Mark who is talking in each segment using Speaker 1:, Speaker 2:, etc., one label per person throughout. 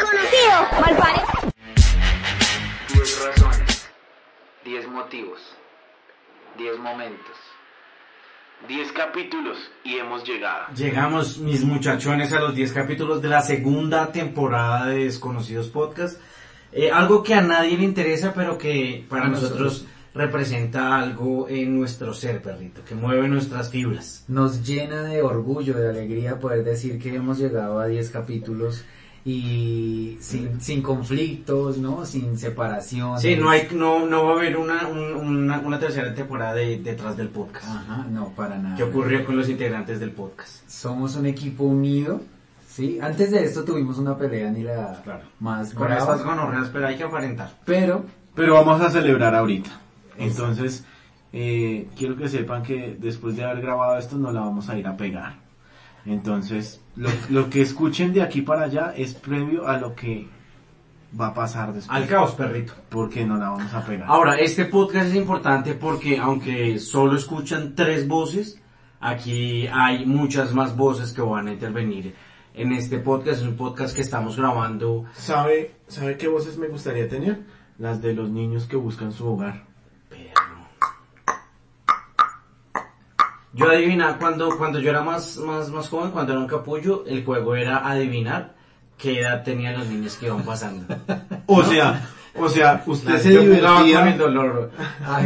Speaker 1: ¡Malparido! ¡Malparido!
Speaker 2: Diez razones, diez motivos, diez momentos, diez capítulos y hemos llegado.
Speaker 3: Llegamos, mis muchachones, a los 10 capítulos de la segunda temporada de Desconocidos Podcast. Eh, algo que a nadie le interesa, pero que para nosotros, representa algo en nuestro ser, perrito, que mueve nuestras fibras.
Speaker 4: Nos llena de orgullo, de alegría poder decir que hemos llegado a 10 capítulos y sin, sin conflictos, ¿no? Sin separación.
Speaker 3: Sí, no, hay, no, no va a haber una, un- una, una tercera temporada de, detrás del podcast.
Speaker 4: Ajá, no, para nada.
Speaker 3: ¿Qué ocurrió con los integrantes del podcast?
Speaker 4: Somos un equipo unido, ¿sí? Antes de esto tuvimos una pelea ni la
Speaker 3: Claro.
Speaker 4: más
Speaker 3: Con
Speaker 4: brava,
Speaker 3: estas gonorreas, pero hay que aparentar.
Speaker 4: pero
Speaker 5: Pero vamos a celebrar ahorita. Entonces, eh, quiero que sepan que después de haber grabado esto no la vamos a ir a pegar. Entonces, lo, lo que escuchen de aquí para allá es previo a lo que va a pasar después.
Speaker 3: Al caos, perrito.
Speaker 5: Porque no la vamos a pegar.
Speaker 3: Ahora, este podcast es importante porque aunque solo escuchan tres voces, aquí hay muchas más voces que van a intervenir en este podcast. Es un podcast que estamos grabando.
Speaker 5: ¿Sabe, ¿Sabe qué voces me gustaría tener? Las de los niños que buscan su hogar.
Speaker 3: Perro. Yo adivinaba cuando, cuando yo era más, más, más joven, cuando era un capullo, el juego era adivinar qué edad tenían los niños que iban pasando.
Speaker 5: O sea, o sea, usted se
Speaker 3: Yo jugaba con el
Speaker 5: divertía.
Speaker 3: dolor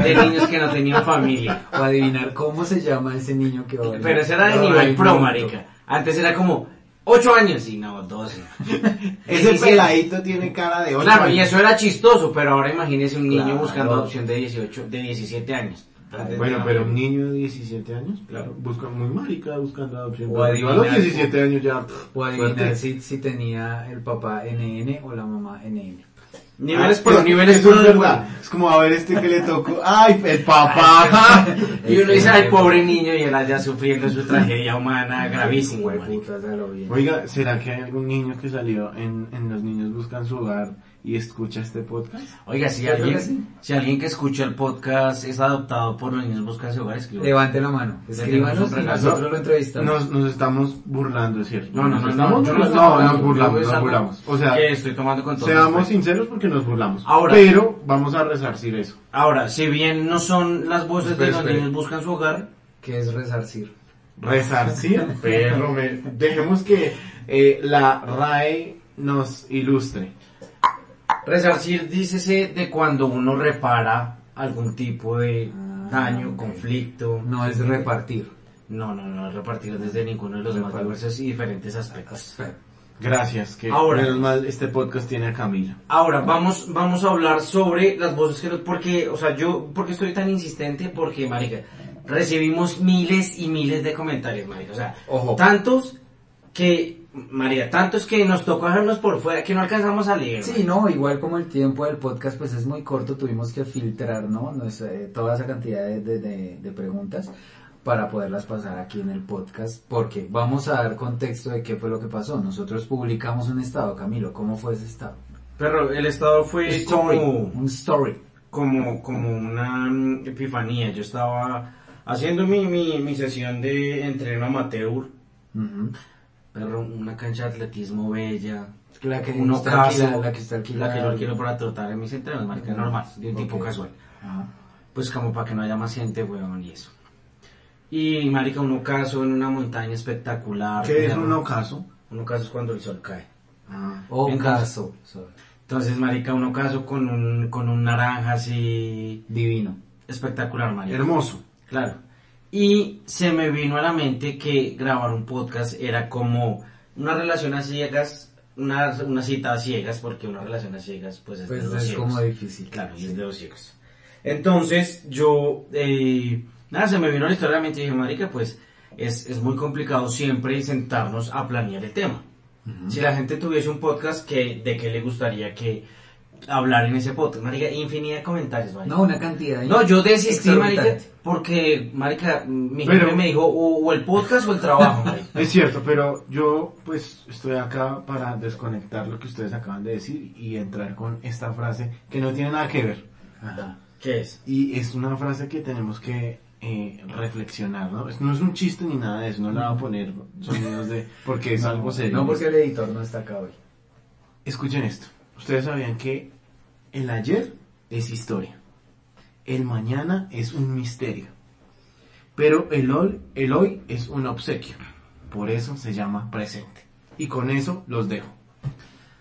Speaker 3: de niños que no tenían familia.
Speaker 4: para adivinar cómo se llama ese niño que va a-
Speaker 3: Pero ese era de
Speaker 4: va a
Speaker 3: nivel
Speaker 4: ir
Speaker 3: pro,
Speaker 4: pronto.
Speaker 3: marica. Antes era como 8 años y no, 12.
Speaker 5: Ese
Speaker 3: Diecisiete.
Speaker 5: peladito tiene cara de ocho
Speaker 3: Claro, y
Speaker 5: años.
Speaker 3: eso era chistoso, pero ahora imagínese un niño
Speaker 4: Claro.
Speaker 3: buscando adopción de 18, de 17 años.
Speaker 5: Bueno, pero un niño de 17 años,
Speaker 3: Claro.
Speaker 5: claro, busca muy marica buscando adopción.
Speaker 4: O
Speaker 5: Pero
Speaker 4: adivinar,
Speaker 5: a los 17 años ya.
Speaker 4: O adivinar
Speaker 5: suerte.
Speaker 4: si, si tenía el papá NN o la mamá NN.
Speaker 3: Niveles
Speaker 5: Ah,
Speaker 3: pro,
Speaker 5: eso-
Speaker 3: niveles
Speaker 5: eso
Speaker 3: pro
Speaker 5: es
Speaker 3: del
Speaker 5: verdad. Es como a ver este que le tocó. ¡Ay, el papá!
Speaker 3: Y uno dice,
Speaker 5: Este,
Speaker 3: ay, pobre niño, y él allá sufriendo su tragedia humana gravísima, marica.
Speaker 4: Puta, se lo vi.
Speaker 5: Oiga, ¿será que hay algún niño que salió en, en Los Niños Buscan Su Hogar y escucha este podcast?
Speaker 3: Oiga, si
Speaker 4: Yo creo
Speaker 3: alguien,
Speaker 4: que sí.
Speaker 3: si alguien que escucha el podcast es adoptado por los niños buscan su hogar, escriba.
Speaker 4: Levante la mano. Escríbanos y nosotros lo entrevistamos.
Speaker 5: Nos, nos estamos burlando, es cierto.
Speaker 3: No, no,
Speaker 5: Nos
Speaker 3: no,
Speaker 5: estamos
Speaker 3: yo no
Speaker 5: burlando.
Speaker 3: estoy
Speaker 5: no,
Speaker 3: burlando,
Speaker 5: nos burlamos,
Speaker 3: yo es
Speaker 5: nos
Speaker 3: algo
Speaker 5: burlamos. O sea,
Speaker 3: que estoy tomando con todo
Speaker 5: seamos
Speaker 3: respeto.
Speaker 5: sinceros porque nos burlamos.
Speaker 3: pues. Ahora.
Speaker 5: Pero vamos a resarcir eso.
Speaker 3: Ahora, si bien no son las voces de
Speaker 5: Espere,
Speaker 3: los
Speaker 5: espere.
Speaker 3: niños buscan su hogar,
Speaker 4: que es resarcir?
Speaker 5: Resarcir, perro. me- Dejemos que eh, la RAE nos ilustre.
Speaker 3: resarcir dícese de cuando uno repara algún tipo de daño, conflicto.
Speaker 4: No es repartir.
Speaker 3: No, no, no es repartir desde ninguno de los más
Speaker 4: Reparar.
Speaker 3: diversos y diferentes aspectos.
Speaker 5: Gracias, que
Speaker 3: Ahora.
Speaker 5: menos mal este podcast tiene a Camila.
Speaker 3: Ahora vamos vamos a hablar sobre las voces que nos- porque o sea yo porque estoy tan insistente porque marica recibimos miles y miles de comentarios marica o sea
Speaker 4: Ojo.
Speaker 3: tantos que María tantos que nos tocó dejarnos por fuera que no alcanzamos a leer
Speaker 4: Sí,
Speaker 3: marica.
Speaker 4: no, igual como el tiempo del podcast pues es muy corto, tuvimos que filtrar, ¿no? Nos, eh, toda esa cantidad de, de- de- de preguntas para poderlas pasar aquí en el podcast, porque vamos a dar contexto de qué fue lo que pasó. Nosotros publicamos un estado, Camilo, ¿cómo fue ese estado?
Speaker 3: pero el estado fue como
Speaker 4: Un story.
Speaker 3: como como una mm, epifanía yo estaba haciendo mi mi, mi sesión de entreno amateur
Speaker 4: Ujú.
Speaker 3: pero una cancha de atletismo bella
Speaker 4: La que
Speaker 3: uno
Speaker 4: está
Speaker 3: caso,
Speaker 4: alquilada, la que está alquilada.
Speaker 3: la que yo alquilo para trotar en mis entrenos, marca normal, de un tipo
Speaker 4: Ok.
Speaker 3: casual.
Speaker 4: Ah.
Speaker 3: Pues como para que no haya más gente, weón, y eso. Y marica, un ocaso en una montaña espectacular.
Speaker 5: ¿Qué es
Speaker 3: perro.
Speaker 5: un ocaso?
Speaker 3: Un ocaso es cuando el sol cae.
Speaker 4: O
Speaker 3: Entonces-
Speaker 4: caso. sorry.
Speaker 3: Entonces, marica, un ocaso con un, con un naranja así
Speaker 4: Divino.
Speaker 3: espectacular, marica.
Speaker 5: Hermoso.
Speaker 3: Claro. Y se me vino a la mente que grabar un podcast era como una relación a ciegas, una, una cita a ciegas, porque una relación a ciegas pues es de
Speaker 4: Pues
Speaker 3: dos
Speaker 4: es
Speaker 3: ciegos.
Speaker 4: como difícil.
Speaker 3: Claro, y es de dos ciegos. Entonces, yo, eh, nada, se me vino la historia a la mente y dije, marica, pues, es, es muy complicado siempre sentarnos a planear el tema. Si la gente tuviese un podcast, que, ¿de qué le gustaría que hablar en ese podcast? Marica, infinidad de comentarios, marica.
Speaker 4: No, una cantidad.
Speaker 3: No, yo desistí, marica,
Speaker 4: Exorbitante.
Speaker 3: porque, marica, mi
Speaker 5: Pero-
Speaker 3: jefe me dijo, o, o el podcast o el trabajo, marica.
Speaker 5: Es cierto, pero yo pues estoy acá para desconectar lo que ustedes acaban de decir y entrar con esta frase que no tiene nada que ver.
Speaker 4: Ajá.
Speaker 3: ¿Qué es?
Speaker 5: Y es una frase que tenemos que eh, reflexionar, ¿no? Es- No es un chiste ni nada de eso, no le voy a poner sonidos de... porque es algo serio.
Speaker 4: No, porque el editor no está acá hoy.
Speaker 5: Escuchen esto. Ustedes sabían que el ayer es historia. El mañana es un misterio. Pero el hoy, el hoy es un obsequio. Por eso se llama presente. Y con eso los dejo.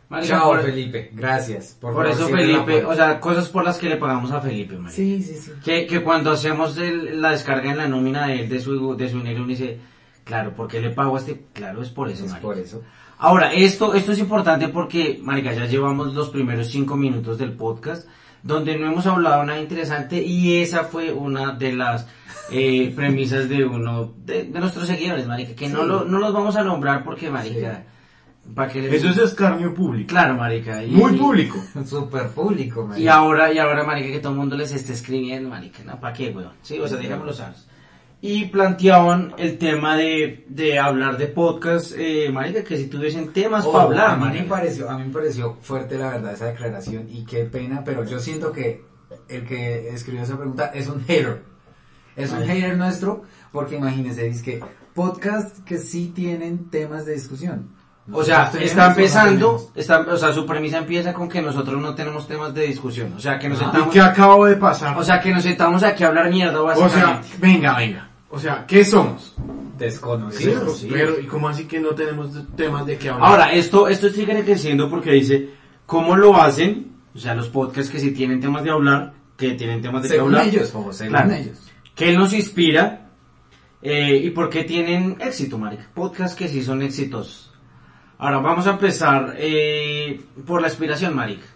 Speaker 3: Marica,
Speaker 4: Chao,
Speaker 3: por,
Speaker 4: Felipe. Gracias. Por,
Speaker 3: por
Speaker 4: favor,
Speaker 3: eso
Speaker 4: cierre la
Speaker 3: Felipe,
Speaker 4: puerta.
Speaker 3: o sea, cosas por las que le pagamos a Felipe, marica.
Speaker 4: sí, sí, sí.
Speaker 3: Que, que cuando hacemos el- la descarga en la nómina de él, de su, de su dinero, uno dice, claro, ¿por qué le pago a este? Claro, es por eso,
Speaker 4: Es
Speaker 3: marica.
Speaker 4: por eso.
Speaker 3: Ahora, esto, esto es importante porque, marica, ya llevamos los primeros cinco minutos del podcast donde no hemos hablado nada interesante y esa fue una de las eh, premisas de uno de, de nuestros seguidores, marica, que no,
Speaker 4: Sí.
Speaker 3: lo, no los vamos a nombrar porque, marica, para que les-
Speaker 5: Eso es escarnio público.
Speaker 3: Claro, marica. y-
Speaker 5: Muy público.
Speaker 4: Super público, man.
Speaker 3: y ahora, y ahora, marica, que todo el mundo les esté escribiendo, marica, ¿no? ¿Para qué, weón? Sí, o sea, dejémoslo sanos. Y planteaban el tema de, de hablar de podcast, eh, marica, que si tuviesen temas
Speaker 4: Oh,
Speaker 3: para hablar,
Speaker 4: a mí me
Speaker 3: marica.
Speaker 4: pareció, a mí me pareció fuerte la verdad esa declaración y qué pena, pero yo siento que el que escribió esa pregunta es un hater. Es un
Speaker 3: Ay.
Speaker 4: hater nuestro, porque imagínense, es que podcast que sí tienen temas de discusión.
Speaker 3: O sea,
Speaker 4: Nosotros
Speaker 3: está
Speaker 4: tenemos, nosotros
Speaker 3: empezando,
Speaker 4: tenemos.
Speaker 3: está, o sea, su premisa empieza con que nosotros no tenemos temas de discusión. O sea, que nos
Speaker 5: Ah, ¿Y
Speaker 3: sentamos,
Speaker 5: qué acabo de pasar?
Speaker 3: o sea, que nos sentamos aquí a hablar mierda,
Speaker 5: O sea,
Speaker 3: básicamente.
Speaker 5: venga, venga. O sea, ¿qué somos?
Speaker 4: Desconocidos.
Speaker 3: sí.
Speaker 5: Pero, ¿y cómo así que no tenemos de- temas de qué hablar?
Speaker 3: Ahora, esto, esto sigue creciendo porque dice, ¿cómo lo hacen? O sea, los podcasts que sí tienen temas de hablar, que tienen temas de qué
Speaker 4: Según
Speaker 3: hablar.
Speaker 4: ellos, o según
Speaker 3: Claro.
Speaker 4: ellos.
Speaker 3: ¿Qué nos inspira? Eh, ¿Y por qué tienen éxito, marica? Podcasts que sí son exitosos. Ahora vamos a empezar eh, por la inspiración, marica.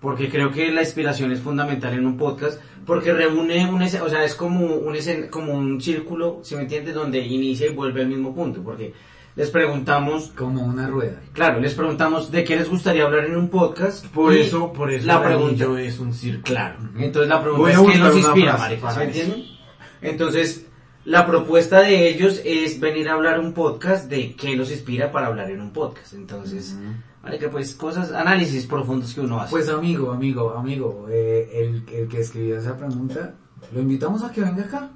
Speaker 3: Porque creo que la inspiración es fundamental en un podcast, porque reúne un, esce- o sea, es como un escen- como un círculo, si me entiendes, donde inicia y vuelve al mismo punto, porque les preguntamos,
Speaker 4: Como una rueda.
Speaker 3: claro, les preguntamos de qué les gustaría hablar en un podcast.
Speaker 5: por
Speaker 3: y
Speaker 5: eso, por eso
Speaker 3: la
Speaker 5: para mí
Speaker 3: pregunta.
Speaker 5: yo es un circo.
Speaker 3: Claro. Entonces la pregunta
Speaker 5: Voy a
Speaker 3: es qué
Speaker 5: buscar
Speaker 3: los
Speaker 5: una
Speaker 3: inspira,
Speaker 5: frase
Speaker 3: marica,
Speaker 5: para
Speaker 3: ¿me
Speaker 5: eso.
Speaker 3: entienden? Entonces, la propuesta de ellos es venir a hablar un podcast de qué los inspira para hablar en un podcast. Entonces, marica, pues cosas, análisis profundos que uno hace.
Speaker 4: Pues amigo, amigo, amigo, eh, el, el que escribió esa pregunta, lo invitamos a que venga acá.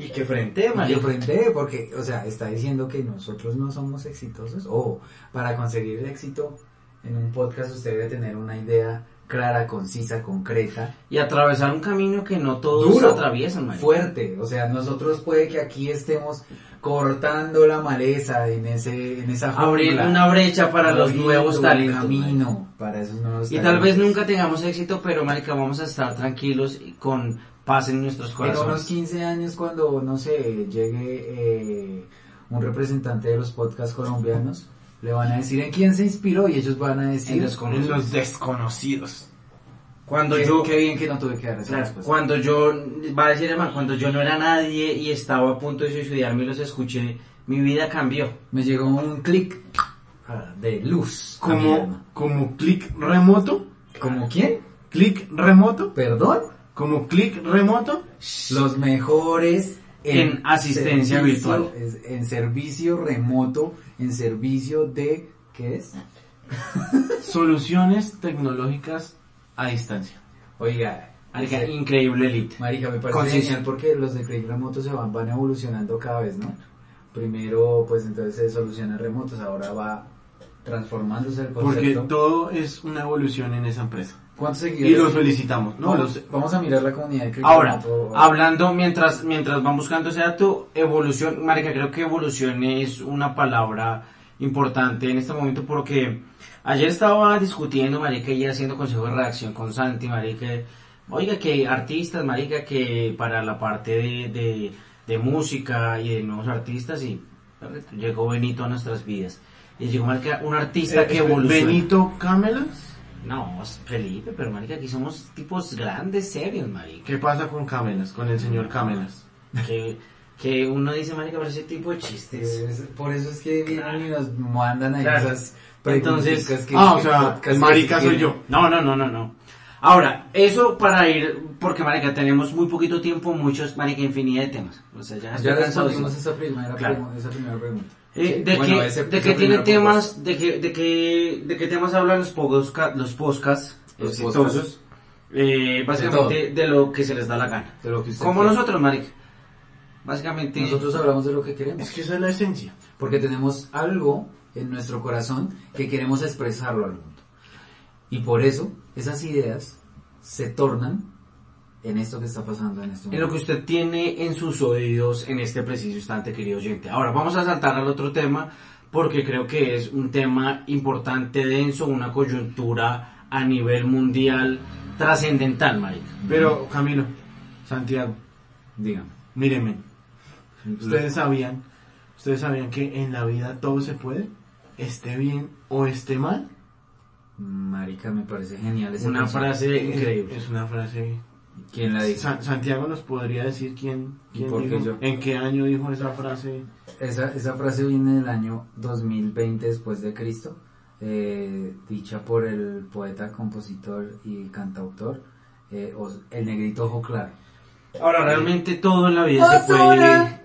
Speaker 3: y que frente,
Speaker 4: Y
Speaker 3: marica.
Speaker 4: yo frente, porque, o sea, está diciendo que nosotros no somos exitosos. O para conseguir el éxito en un podcast usted debe tener una idea clara, concisa, concreta,
Speaker 3: Y atravesar un camino que no todos
Speaker 4: Duro.
Speaker 3: atraviesan, marica.
Speaker 4: fuerte. O sea, nosotros puede que aquí estemos cortando la maleza en ese, en esa
Speaker 3: Abriendo
Speaker 4: jungla,
Speaker 3: una brecha para los
Speaker 4: abriendo
Speaker 3: nuevos
Speaker 4: un
Speaker 3: talentos. marica.
Speaker 4: camino para esos nuevos
Speaker 3: Y
Speaker 4: talentos.
Speaker 3: tal vez nunca tengamos éxito, pero marica, vamos a estar tranquilos y con paz en nuestros
Speaker 4: En unos
Speaker 3: corazones.
Speaker 4: 15 años cuando, no sé, llegue eh, un representante de los podcasts colombianos, le van a decir en quién se inspiró y ellos van a
Speaker 3: En
Speaker 4: decir
Speaker 3: los con-
Speaker 5: En los desconocidos.
Speaker 3: Cuando
Speaker 4: qué,
Speaker 3: yo
Speaker 4: qué bien que no tuve que dar esa
Speaker 3: Claro,
Speaker 4: respuesta.
Speaker 3: cuando yo, va a decir hermano, cuando yo no era nadie y estaba a punto de suicidarme y los escuché, mi vida cambió.
Speaker 4: Me llegó un clic ah, de luz. a mi
Speaker 5: Como,
Speaker 4: alma.
Speaker 5: como clic remoto.
Speaker 4: ¿Como quién?
Speaker 5: Clic remoto.
Speaker 4: Perdón.
Speaker 5: Como clic remoto.
Speaker 4: Los mejores
Speaker 3: En asistencia virtual.
Speaker 4: es- en servicio remoto, en servicio de... ¿Qué es?
Speaker 5: Soluciones tecnológicas a distancia.
Speaker 4: Oiga,
Speaker 3: Marica, increíble elite.
Speaker 4: Marica, me parece
Speaker 3: Conciso.
Speaker 4: genial porque los de Click Remoto se van, van evolucionando cada vez, ¿no? Primero, pues entonces se solucionan remotos, ahora va transformándose el
Speaker 5: Porque
Speaker 4: concepto.
Speaker 5: todo es una evolución en esa empresa.
Speaker 4: ¿Cuántos seguidores?
Speaker 5: Y los felicitamos. No,
Speaker 4: Vamos-
Speaker 5: los, ah,
Speaker 4: Vamos a mirar la comunidad de Click
Speaker 3: Ahora,
Speaker 4: Remoto.
Speaker 3: hablando mientras, mientras van buscando ese dato, evolución, marica, creo que evolución es una palabra importante en este momento porque ayer estaba discutiendo, marica, y haciendo consejo de reacción con Santi, marica, oiga, que artistas, marica, que para la parte de, de, de música y de nuevos artistas, y llegó Benito a nuestras vidas. Y llegó, marica, un artista
Speaker 5: eh,
Speaker 3: que evoluciona.
Speaker 5: Benito Camelas.
Speaker 3: No, Felipe, pero marica, aquí somos tipos grandes, serios, marica.
Speaker 5: ¿Qué pasa con Camelas? Con el señor Camelas.
Speaker 3: que, que uno dice, marica, pero ese tipo de chistes.
Speaker 4: Es- por eso es que vienen y nos mandan ahí
Speaker 3: Claro.
Speaker 4: esas preguntas
Speaker 3: Entonces,
Speaker 4: que...
Speaker 5: Ah, o
Speaker 4: que
Speaker 5: sea,
Speaker 4: podcast
Speaker 5: el
Speaker 4: que
Speaker 5: marica
Speaker 4: se
Speaker 5: soy
Speaker 4: quieren.
Speaker 5: yo.
Speaker 3: No, no, no, no, no. Ahora, eso para ir, porque marica, tenemos muy poquito tiempo, muchos, marica, infinidad de temas. O sea, ya, estoy
Speaker 4: Ya
Speaker 3: cansado.
Speaker 4: respondimos esa primera,
Speaker 3: Claro.
Speaker 4: pregu- esa primera pregunta.
Speaker 3: Eh, de
Speaker 4: Bueno,
Speaker 3: que,
Speaker 4: ese-
Speaker 3: de
Speaker 4: esa
Speaker 3: que tiene
Speaker 4: primera
Speaker 3: temas, de que, de que, de qué temas hablan los podcasts, los podcasts
Speaker 4: Los
Speaker 3: exitosos, eh, básicamente de, lo que se les da la gana.
Speaker 4: De lo que usted
Speaker 3: Como
Speaker 4: quiere.
Speaker 3: nosotros, marica. Básicamente,
Speaker 4: Nosotros hablamos de lo que queremos.
Speaker 5: Es que esa es la esencia.
Speaker 4: porque tenemos algo en nuestro corazón que queremos expresarlo al mundo. Y por eso esas ideas se tornan en esto que está pasando en este
Speaker 3: En lo que usted tiene en sus oídos en este preciso instante, querido oyente. Ahora vamos a saltar al otro tema porque creo que es un tema importante, denso, una coyuntura a nivel mundial trascendental, marica.
Speaker 5: Pero, Camilo, Santiago,
Speaker 4: Dígame.
Speaker 5: mírenme. Ustedes sabían, ustedes sabían que en la vida todo se puede, esté bien o esté mal.
Speaker 4: Marica, me parece genial ese
Speaker 3: Una
Speaker 4: concepto.
Speaker 3: frase increíble.
Speaker 5: Es una frase.
Speaker 4: ¿Quién la dice?
Speaker 5: Sa- Santiago nos podría decir quién,
Speaker 4: ¿Y
Speaker 5: quién
Speaker 4: por qué
Speaker 5: dijo,
Speaker 4: yo?
Speaker 5: en qué año dijo esa frase.
Speaker 4: Esa, esa frase viene del año 2020 después de Cristo, eh, dicha por el poeta, compositor y cantautor, eh, Os- el negrito ojo claro.
Speaker 3: Ahora, realmente todo en la vida se puede...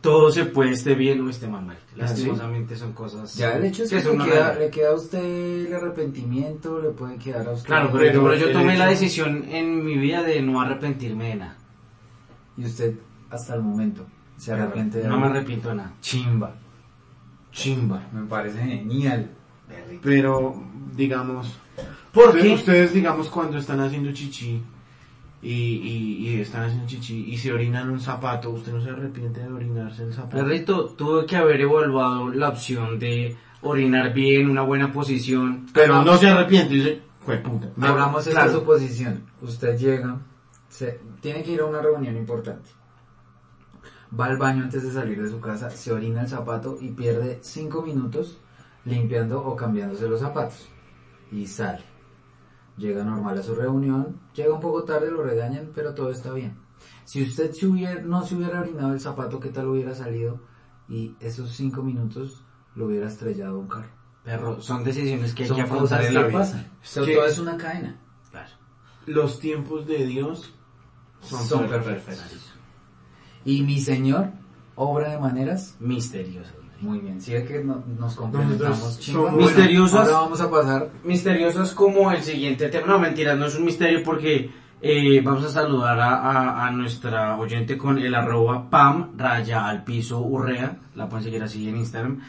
Speaker 3: Todo se puede, esté bien o esté mal, marica. Lastimosamente son cosas...
Speaker 4: Ah, Ya el hecho es que,
Speaker 3: son
Speaker 4: le,
Speaker 3: una
Speaker 4: queda,
Speaker 3: realidad.
Speaker 4: le queda a usted el arrepentimiento, le puede quedar a usted...
Speaker 3: Claro, pero, yo-
Speaker 5: Pero
Speaker 3: pero yo
Speaker 5: el
Speaker 3: tomé la
Speaker 5: hecho-
Speaker 3: decisión en mi vida de no arrepentirme de nada.
Speaker 4: Y usted hasta el momento se arrepiente de
Speaker 3: No me
Speaker 4: algo.
Speaker 3: arrepiento de nada.
Speaker 4: Chimba,
Speaker 5: Chimba.
Speaker 4: me parece genial.
Speaker 5: Pero, digamos,
Speaker 3: ¿Por
Speaker 5: ustedes,
Speaker 3: qué?
Speaker 5: ustedes, digamos, cuando están haciendo chichi y, y, y están haciendo chichi y se orinan un zapato, ¿usted no se arrepiente de orinarse el zapato?
Speaker 3: Perrito, tuve que haber evaluado la opción de orinar bien, una buena posición.
Speaker 5: Pero no se arrepiente, dice, "Jue puta". Me-
Speaker 4: Hablamos de
Speaker 5: claro.
Speaker 4: esta suposición. Usted llega, se, tiene que ir a una reunión importante. Va al baño antes de salir de su casa, se orina el zapato y pierde 5 minutos limpiando o cambiándose los zapatos. Y sale. Llega normal a su reunión, llega un poco tarde, lo regañan, pero todo está bien. Si usted se hubiera- no se hubiera orinado el zapato, ¿qué tal hubiera salido? Y esos 5 minutos lo hubiera estrellado un carro.
Speaker 3: Perro, son decisiones que hay
Speaker 4: Son
Speaker 3: que afrontar
Speaker 4: cosas
Speaker 3: en
Speaker 4: que
Speaker 3: la vida.
Speaker 4: pasan. O sea,
Speaker 5: Que-
Speaker 4: todo es una cadena.
Speaker 3: Claro.
Speaker 5: Los tiempos de Dios son,
Speaker 4: Son Y mi señor, obra de maneras.
Speaker 3: Misteriosas.
Speaker 4: Muy bien, sí es que no- nos complementamos.
Speaker 5: Nosotros
Speaker 4: chimba.
Speaker 5: somos
Speaker 4: Bueno,
Speaker 3: misteriosos.
Speaker 4: Ahora vamos a pasar.
Speaker 3: Misteriosas como el siguiente tema. No, mentira, no es un misterio porque eh, vamos a saludar a, a- a nuestra oyente con el arroba pam raya al piso urrea. La pueden seguir así en Instagram.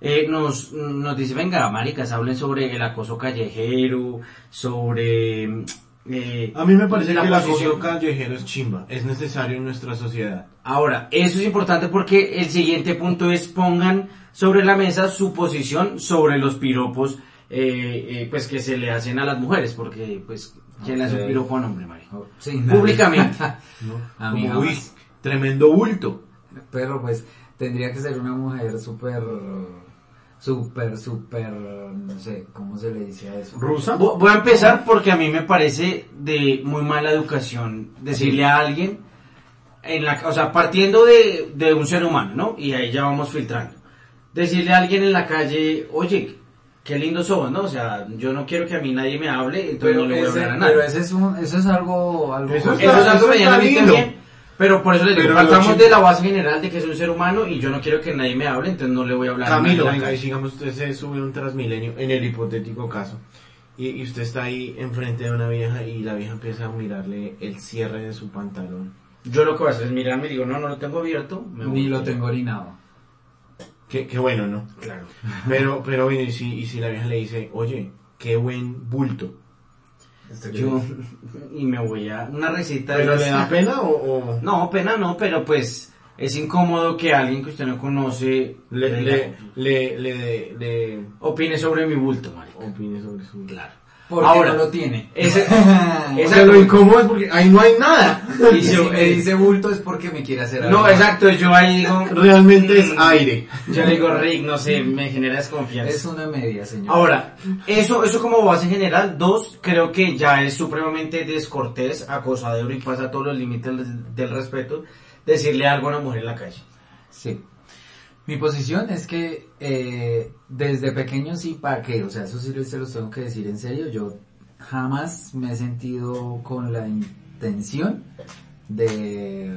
Speaker 3: Eh, nos, nos dice, venga, maricas, hablen sobre el acoso callejero, sobre... eh,
Speaker 5: A mí me parece que la
Speaker 3: posición-
Speaker 5: acoso callejero es chimba, es necesario en nuestra sociedad.
Speaker 3: Ahora, eso es importante porque el siguiente punto es pongan sobre la mesa su posición sobre los piropos eh, eh, pues que se le hacen a las mujeres, porque pues quién le hace un
Speaker 4: Ok.
Speaker 3: piropo a un hombre, marica?
Speaker 4: Oh, sí, nada.
Speaker 3: Públicamente.
Speaker 4: A mí
Speaker 5: Como, uy,
Speaker 4: jamás.
Speaker 5: tremendo bulto.
Speaker 4: Pero pues tendría que ser una mujer súper. Súper, súper. No sé, ¿cómo se le dice a eso?
Speaker 5: ¿Rusa?
Speaker 3: Vo- Voy a empezar porque a mí me parece de muy mala educación decirle a alguien en la, o sea, partiendo de, de un ser humano, ¿no? Y ahí ya vamos filtrando. Decirle a alguien en la calle, oye, qué lindo somos, ¿no? O sea, yo no quiero que a mí nadie me hable, entonces no le voy a
Speaker 4: ese,
Speaker 3: hablar a nadie.
Speaker 4: pero ese es un, eso es algo. algo
Speaker 5: Eso
Speaker 3: Eso es algo
Speaker 5: Eso está
Speaker 3: medianamente
Speaker 5: lindo.
Speaker 3: bien, Pero por eso les digo,
Speaker 5: Pero lo
Speaker 3: partamos
Speaker 5: chido-
Speaker 3: de la base general de que es un ser humano y yo no quiero que nadie me hable, entonces no le voy a hablar
Speaker 5: Camilo,
Speaker 3: a nadie. en la
Speaker 5: venga, y
Speaker 3: calle.
Speaker 5: digamos usted se sube a un transmilenio en el hipotético caso y, y usted está ahí enfrente de una vieja y la vieja empieza a mirarle el cierre de su pantalón.
Speaker 3: Yo lo que voy a hacer es mirarme y digo, no, no lo tengo abierto. me voy.
Speaker 4: Ni lo tengo orinado.
Speaker 5: Qué, qué bueno, ¿no?
Speaker 3: Claro.
Speaker 5: Pero, pero, bueno, y si, y si la vieja le dice, oye, qué buen bulto.
Speaker 3: Yo, y me voy a una recita
Speaker 5: ¿Pero
Speaker 3: de
Speaker 5: le da pena o...? o-
Speaker 3: No, pena no, pero pues es incómodo que alguien que usted no conoce
Speaker 5: Le,
Speaker 3: diga,
Speaker 5: le, le, le, le-
Speaker 3: opine sobre mi bulto, marica.
Speaker 5: opine sobre su...
Speaker 3: Claro.
Speaker 4: Porque
Speaker 3: Ahora,
Speaker 4: no lo tiene.
Speaker 3: Ese,
Speaker 5: O
Speaker 3: esa-
Speaker 5: sea, lo incómodo es porque ahí no hay nada.
Speaker 3: y
Speaker 4: Y si
Speaker 3: yo,
Speaker 4: me
Speaker 3: eh,
Speaker 4: dice bulto es porque me quiere hacer algo.
Speaker 3: No, exacto, yo ahí digo... mm,
Speaker 5: Realmente es aire.
Speaker 3: Yo le digo, Rick, no sé, me genera desconfianza.
Speaker 4: Es una media, señor.
Speaker 3: Ahora, eso, eso como base general, dos, creo que ya es supremamente descortés, acosador y pasa todos los límites del, del respeto, decirle algo a una mujer en la calle.
Speaker 4: Sí. Mi posición es que eh, desde pequeño sí, ¿para qué? O sea, eso sí se los tengo que decir en serio. Yo jamás me he sentido con la intención de,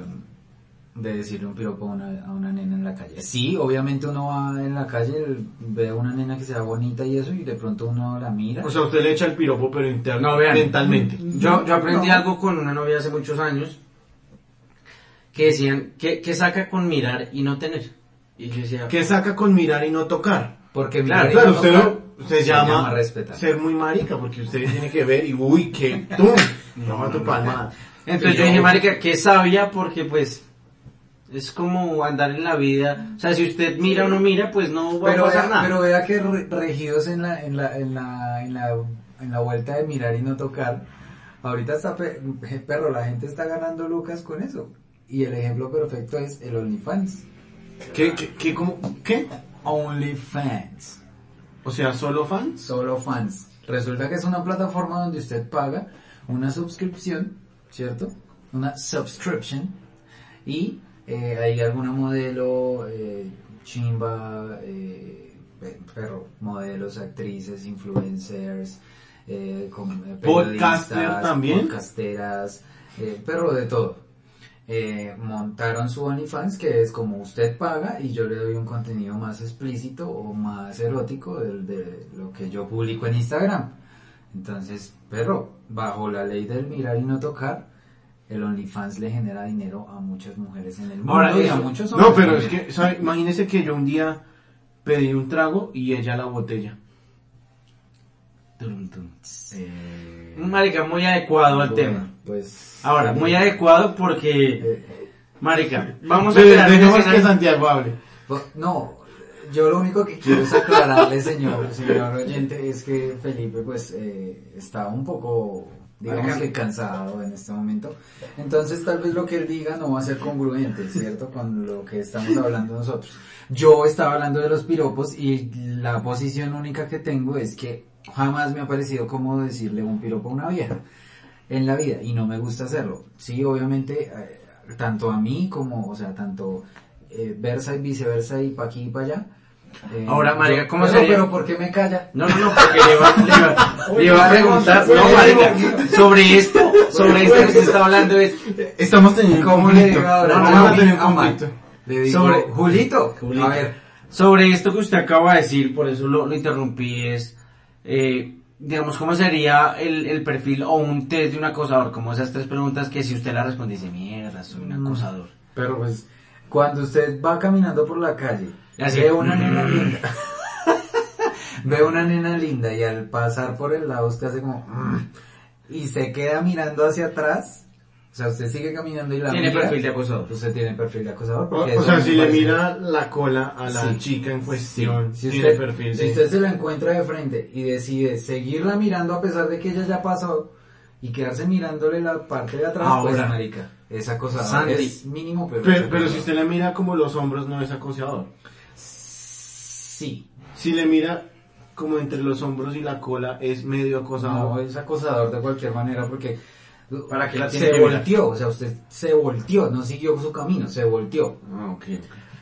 Speaker 4: de decirle un piropo a una, a una nena en la calle. Sí, obviamente uno va en la calle, el- ve a una nena que sea bonita y eso, y de pronto uno la mira.
Speaker 5: O sea, usted le echa el piropo, pero interno,
Speaker 3: No, vean.
Speaker 5: mentalmente.
Speaker 3: Yo, yo aprendí
Speaker 4: No.
Speaker 3: algo con una novia hace muchos años, que decían, que, que saca con mirar y no tener? Y yo decía,
Speaker 5: ¿Qué saca con mirar y no tocar?
Speaker 4: Porque
Speaker 3: Claro,
Speaker 4: mirar y
Speaker 5: Claro,
Speaker 4: no
Speaker 5: usted
Speaker 4: tocar-
Speaker 5: no, Usted
Speaker 4: Se
Speaker 5: llama,
Speaker 4: llama respetar.
Speaker 5: ser muy marica, porque usted tiene que ver y uy, que tú, toma tu palma.
Speaker 3: Entonces yo dije, marica, qué sabia, porque pues es como andar en la vida. O sea, si usted mira o no mira, pues no va a
Speaker 4: pero,
Speaker 3: pasar
Speaker 4: vea,
Speaker 3: nada.
Speaker 4: pero vea que re- regidos en la, en la, en la, en la, en la vuelta de mirar y no tocar, ahorita está pe- perro, la gente está ganando lucas con eso. Y el ejemplo perfecto es el OnlyFans.
Speaker 5: ¿Qué, qué, qué, cómo, qué?
Speaker 4: OnlyFans.
Speaker 5: O sea, solo fans.
Speaker 4: Solo fans. Resulta que es una plataforma donde usted paga una suscripción, ¿cierto? Una subscription. Y eh, hay alguna modelo, eh, chimba, eh, pe- perro, modelos, actrices, influencers, eh, con, eh,
Speaker 5: Podcaster
Speaker 4: periodistas,
Speaker 5: también.
Speaker 4: podcasteras, eh, perro de todo. Eh, montaron su OnlyFans que es como usted paga y yo le doy un contenido más explícito o más erótico del- de, lo que yo publico en Instagram. Entonces, perro, bajo la ley del mirar y no tocar, el OnlyFans le genera dinero a muchas mujeres en el mundo
Speaker 5: Ahora,
Speaker 4: y
Speaker 5: eso-
Speaker 4: a muchos hombres.
Speaker 5: no, pero es
Speaker 4: también.
Speaker 5: que, ¿sabe? imagínese que yo un día pedí un trago y ella la botella.
Speaker 3: Tum, tum.
Speaker 4: Eh,
Speaker 3: Un marica muy adecuado al
Speaker 4: bueno,
Speaker 3: tema.
Speaker 4: Pues...
Speaker 3: Ahora, muy adecuado porque,
Speaker 4: eh,
Speaker 3: marica,
Speaker 4: Mm.
Speaker 3: vamos a
Speaker 5: Pero
Speaker 3: crear un
Speaker 5: dejemos que
Speaker 3: escenario-
Speaker 5: Santiago hable.
Speaker 4: Bo- Pues, No, yo lo único que quiero es aclararle, señor, señor oyente, es que Felipe pues eh, está un poco, digamos que cansado en este momento. Entonces tal vez lo que él diga no va a ser congruente, ¿cierto? Con lo que estamos hablando nosotros. Yo estaba hablando de los piropos y la posición única que tengo es que jamás me ha parecido cómodo decirle un piropo a una vieja en la vida y no me gusta hacerlo. Sí, obviamente, eh, tanto a mí como, o sea, tanto eh, versa y viceversa y pa' aquí y pa' allá. Eh,
Speaker 3: Ahora, marica,
Speaker 4: yo-
Speaker 3: ¿cómo
Speaker 4: pero,
Speaker 3: sería?
Speaker 4: Pero ¿por qué me calla?
Speaker 3: No, no, no, porque le iba, le iba- le iba a preguntar, no, marica, sobre esto, sobre este esto que usted está hablando es,
Speaker 5: Estamos teniendo
Speaker 4: ¿Cómo le digo ahora?
Speaker 5: No, no,
Speaker 4: A
Speaker 5: vamos a
Speaker 4: mí,
Speaker 5: tener
Speaker 4: a Mac.
Speaker 5: conflicto.
Speaker 4: Le digo,
Speaker 3: Sobre-
Speaker 4: Julito,
Speaker 3: Julito.
Speaker 4: a ver,
Speaker 3: sobre esto que usted acaba de decir, por eso lo, lo interrumpí, es, eh, digamos, ¿cómo sería el, el perfil o un test de un acosador? Como esas tres preguntas que si usted las responde dice, mierda, soy un acosador.
Speaker 4: pero pues, cuando usted va caminando por la calle,
Speaker 3: Y así-
Speaker 4: ve una nena linda, ve una nena linda y al pasar por el lado usted hace como, "Mm", y se queda mirando hacia atrás, o sea, usted sigue caminando y la
Speaker 3: Tiene
Speaker 4: mira,
Speaker 3: perfil de acosador.
Speaker 4: Usted tiene perfil de acosador.
Speaker 5: O,
Speaker 4: porque
Speaker 5: o
Speaker 4: eso
Speaker 5: sea,
Speaker 4: me
Speaker 5: si le
Speaker 4: parece-
Speaker 5: mira la cola a la
Speaker 4: Pues Sí.
Speaker 5: chica en cuestión,
Speaker 4: Si
Speaker 5: tiene
Speaker 4: usted,
Speaker 5: perfil
Speaker 4: si
Speaker 5: de-
Speaker 4: usted se la encuentra de frente y decide seguirla mirando a pesar de que ella ya pasó y quedarse mirándole la parte de atrás,
Speaker 3: Ahora.
Speaker 4: pues marica, esa cosa
Speaker 3: Sandy.
Speaker 4: es mínimo pero,
Speaker 5: Pero, pero si usted le mira como los hombros, no es acosador.
Speaker 4: sí,
Speaker 5: Si le mira como entre los hombros y la cola, es medio
Speaker 4: no
Speaker 5: acosador.
Speaker 4: es acosador de cualquier manera porque
Speaker 3: ¿Para qué la tiene
Speaker 4: se
Speaker 3: que mirar?
Speaker 4: volteó, o sea, usted se volteó, no siguió su camino, se volteó.
Speaker 5: Ah, ok.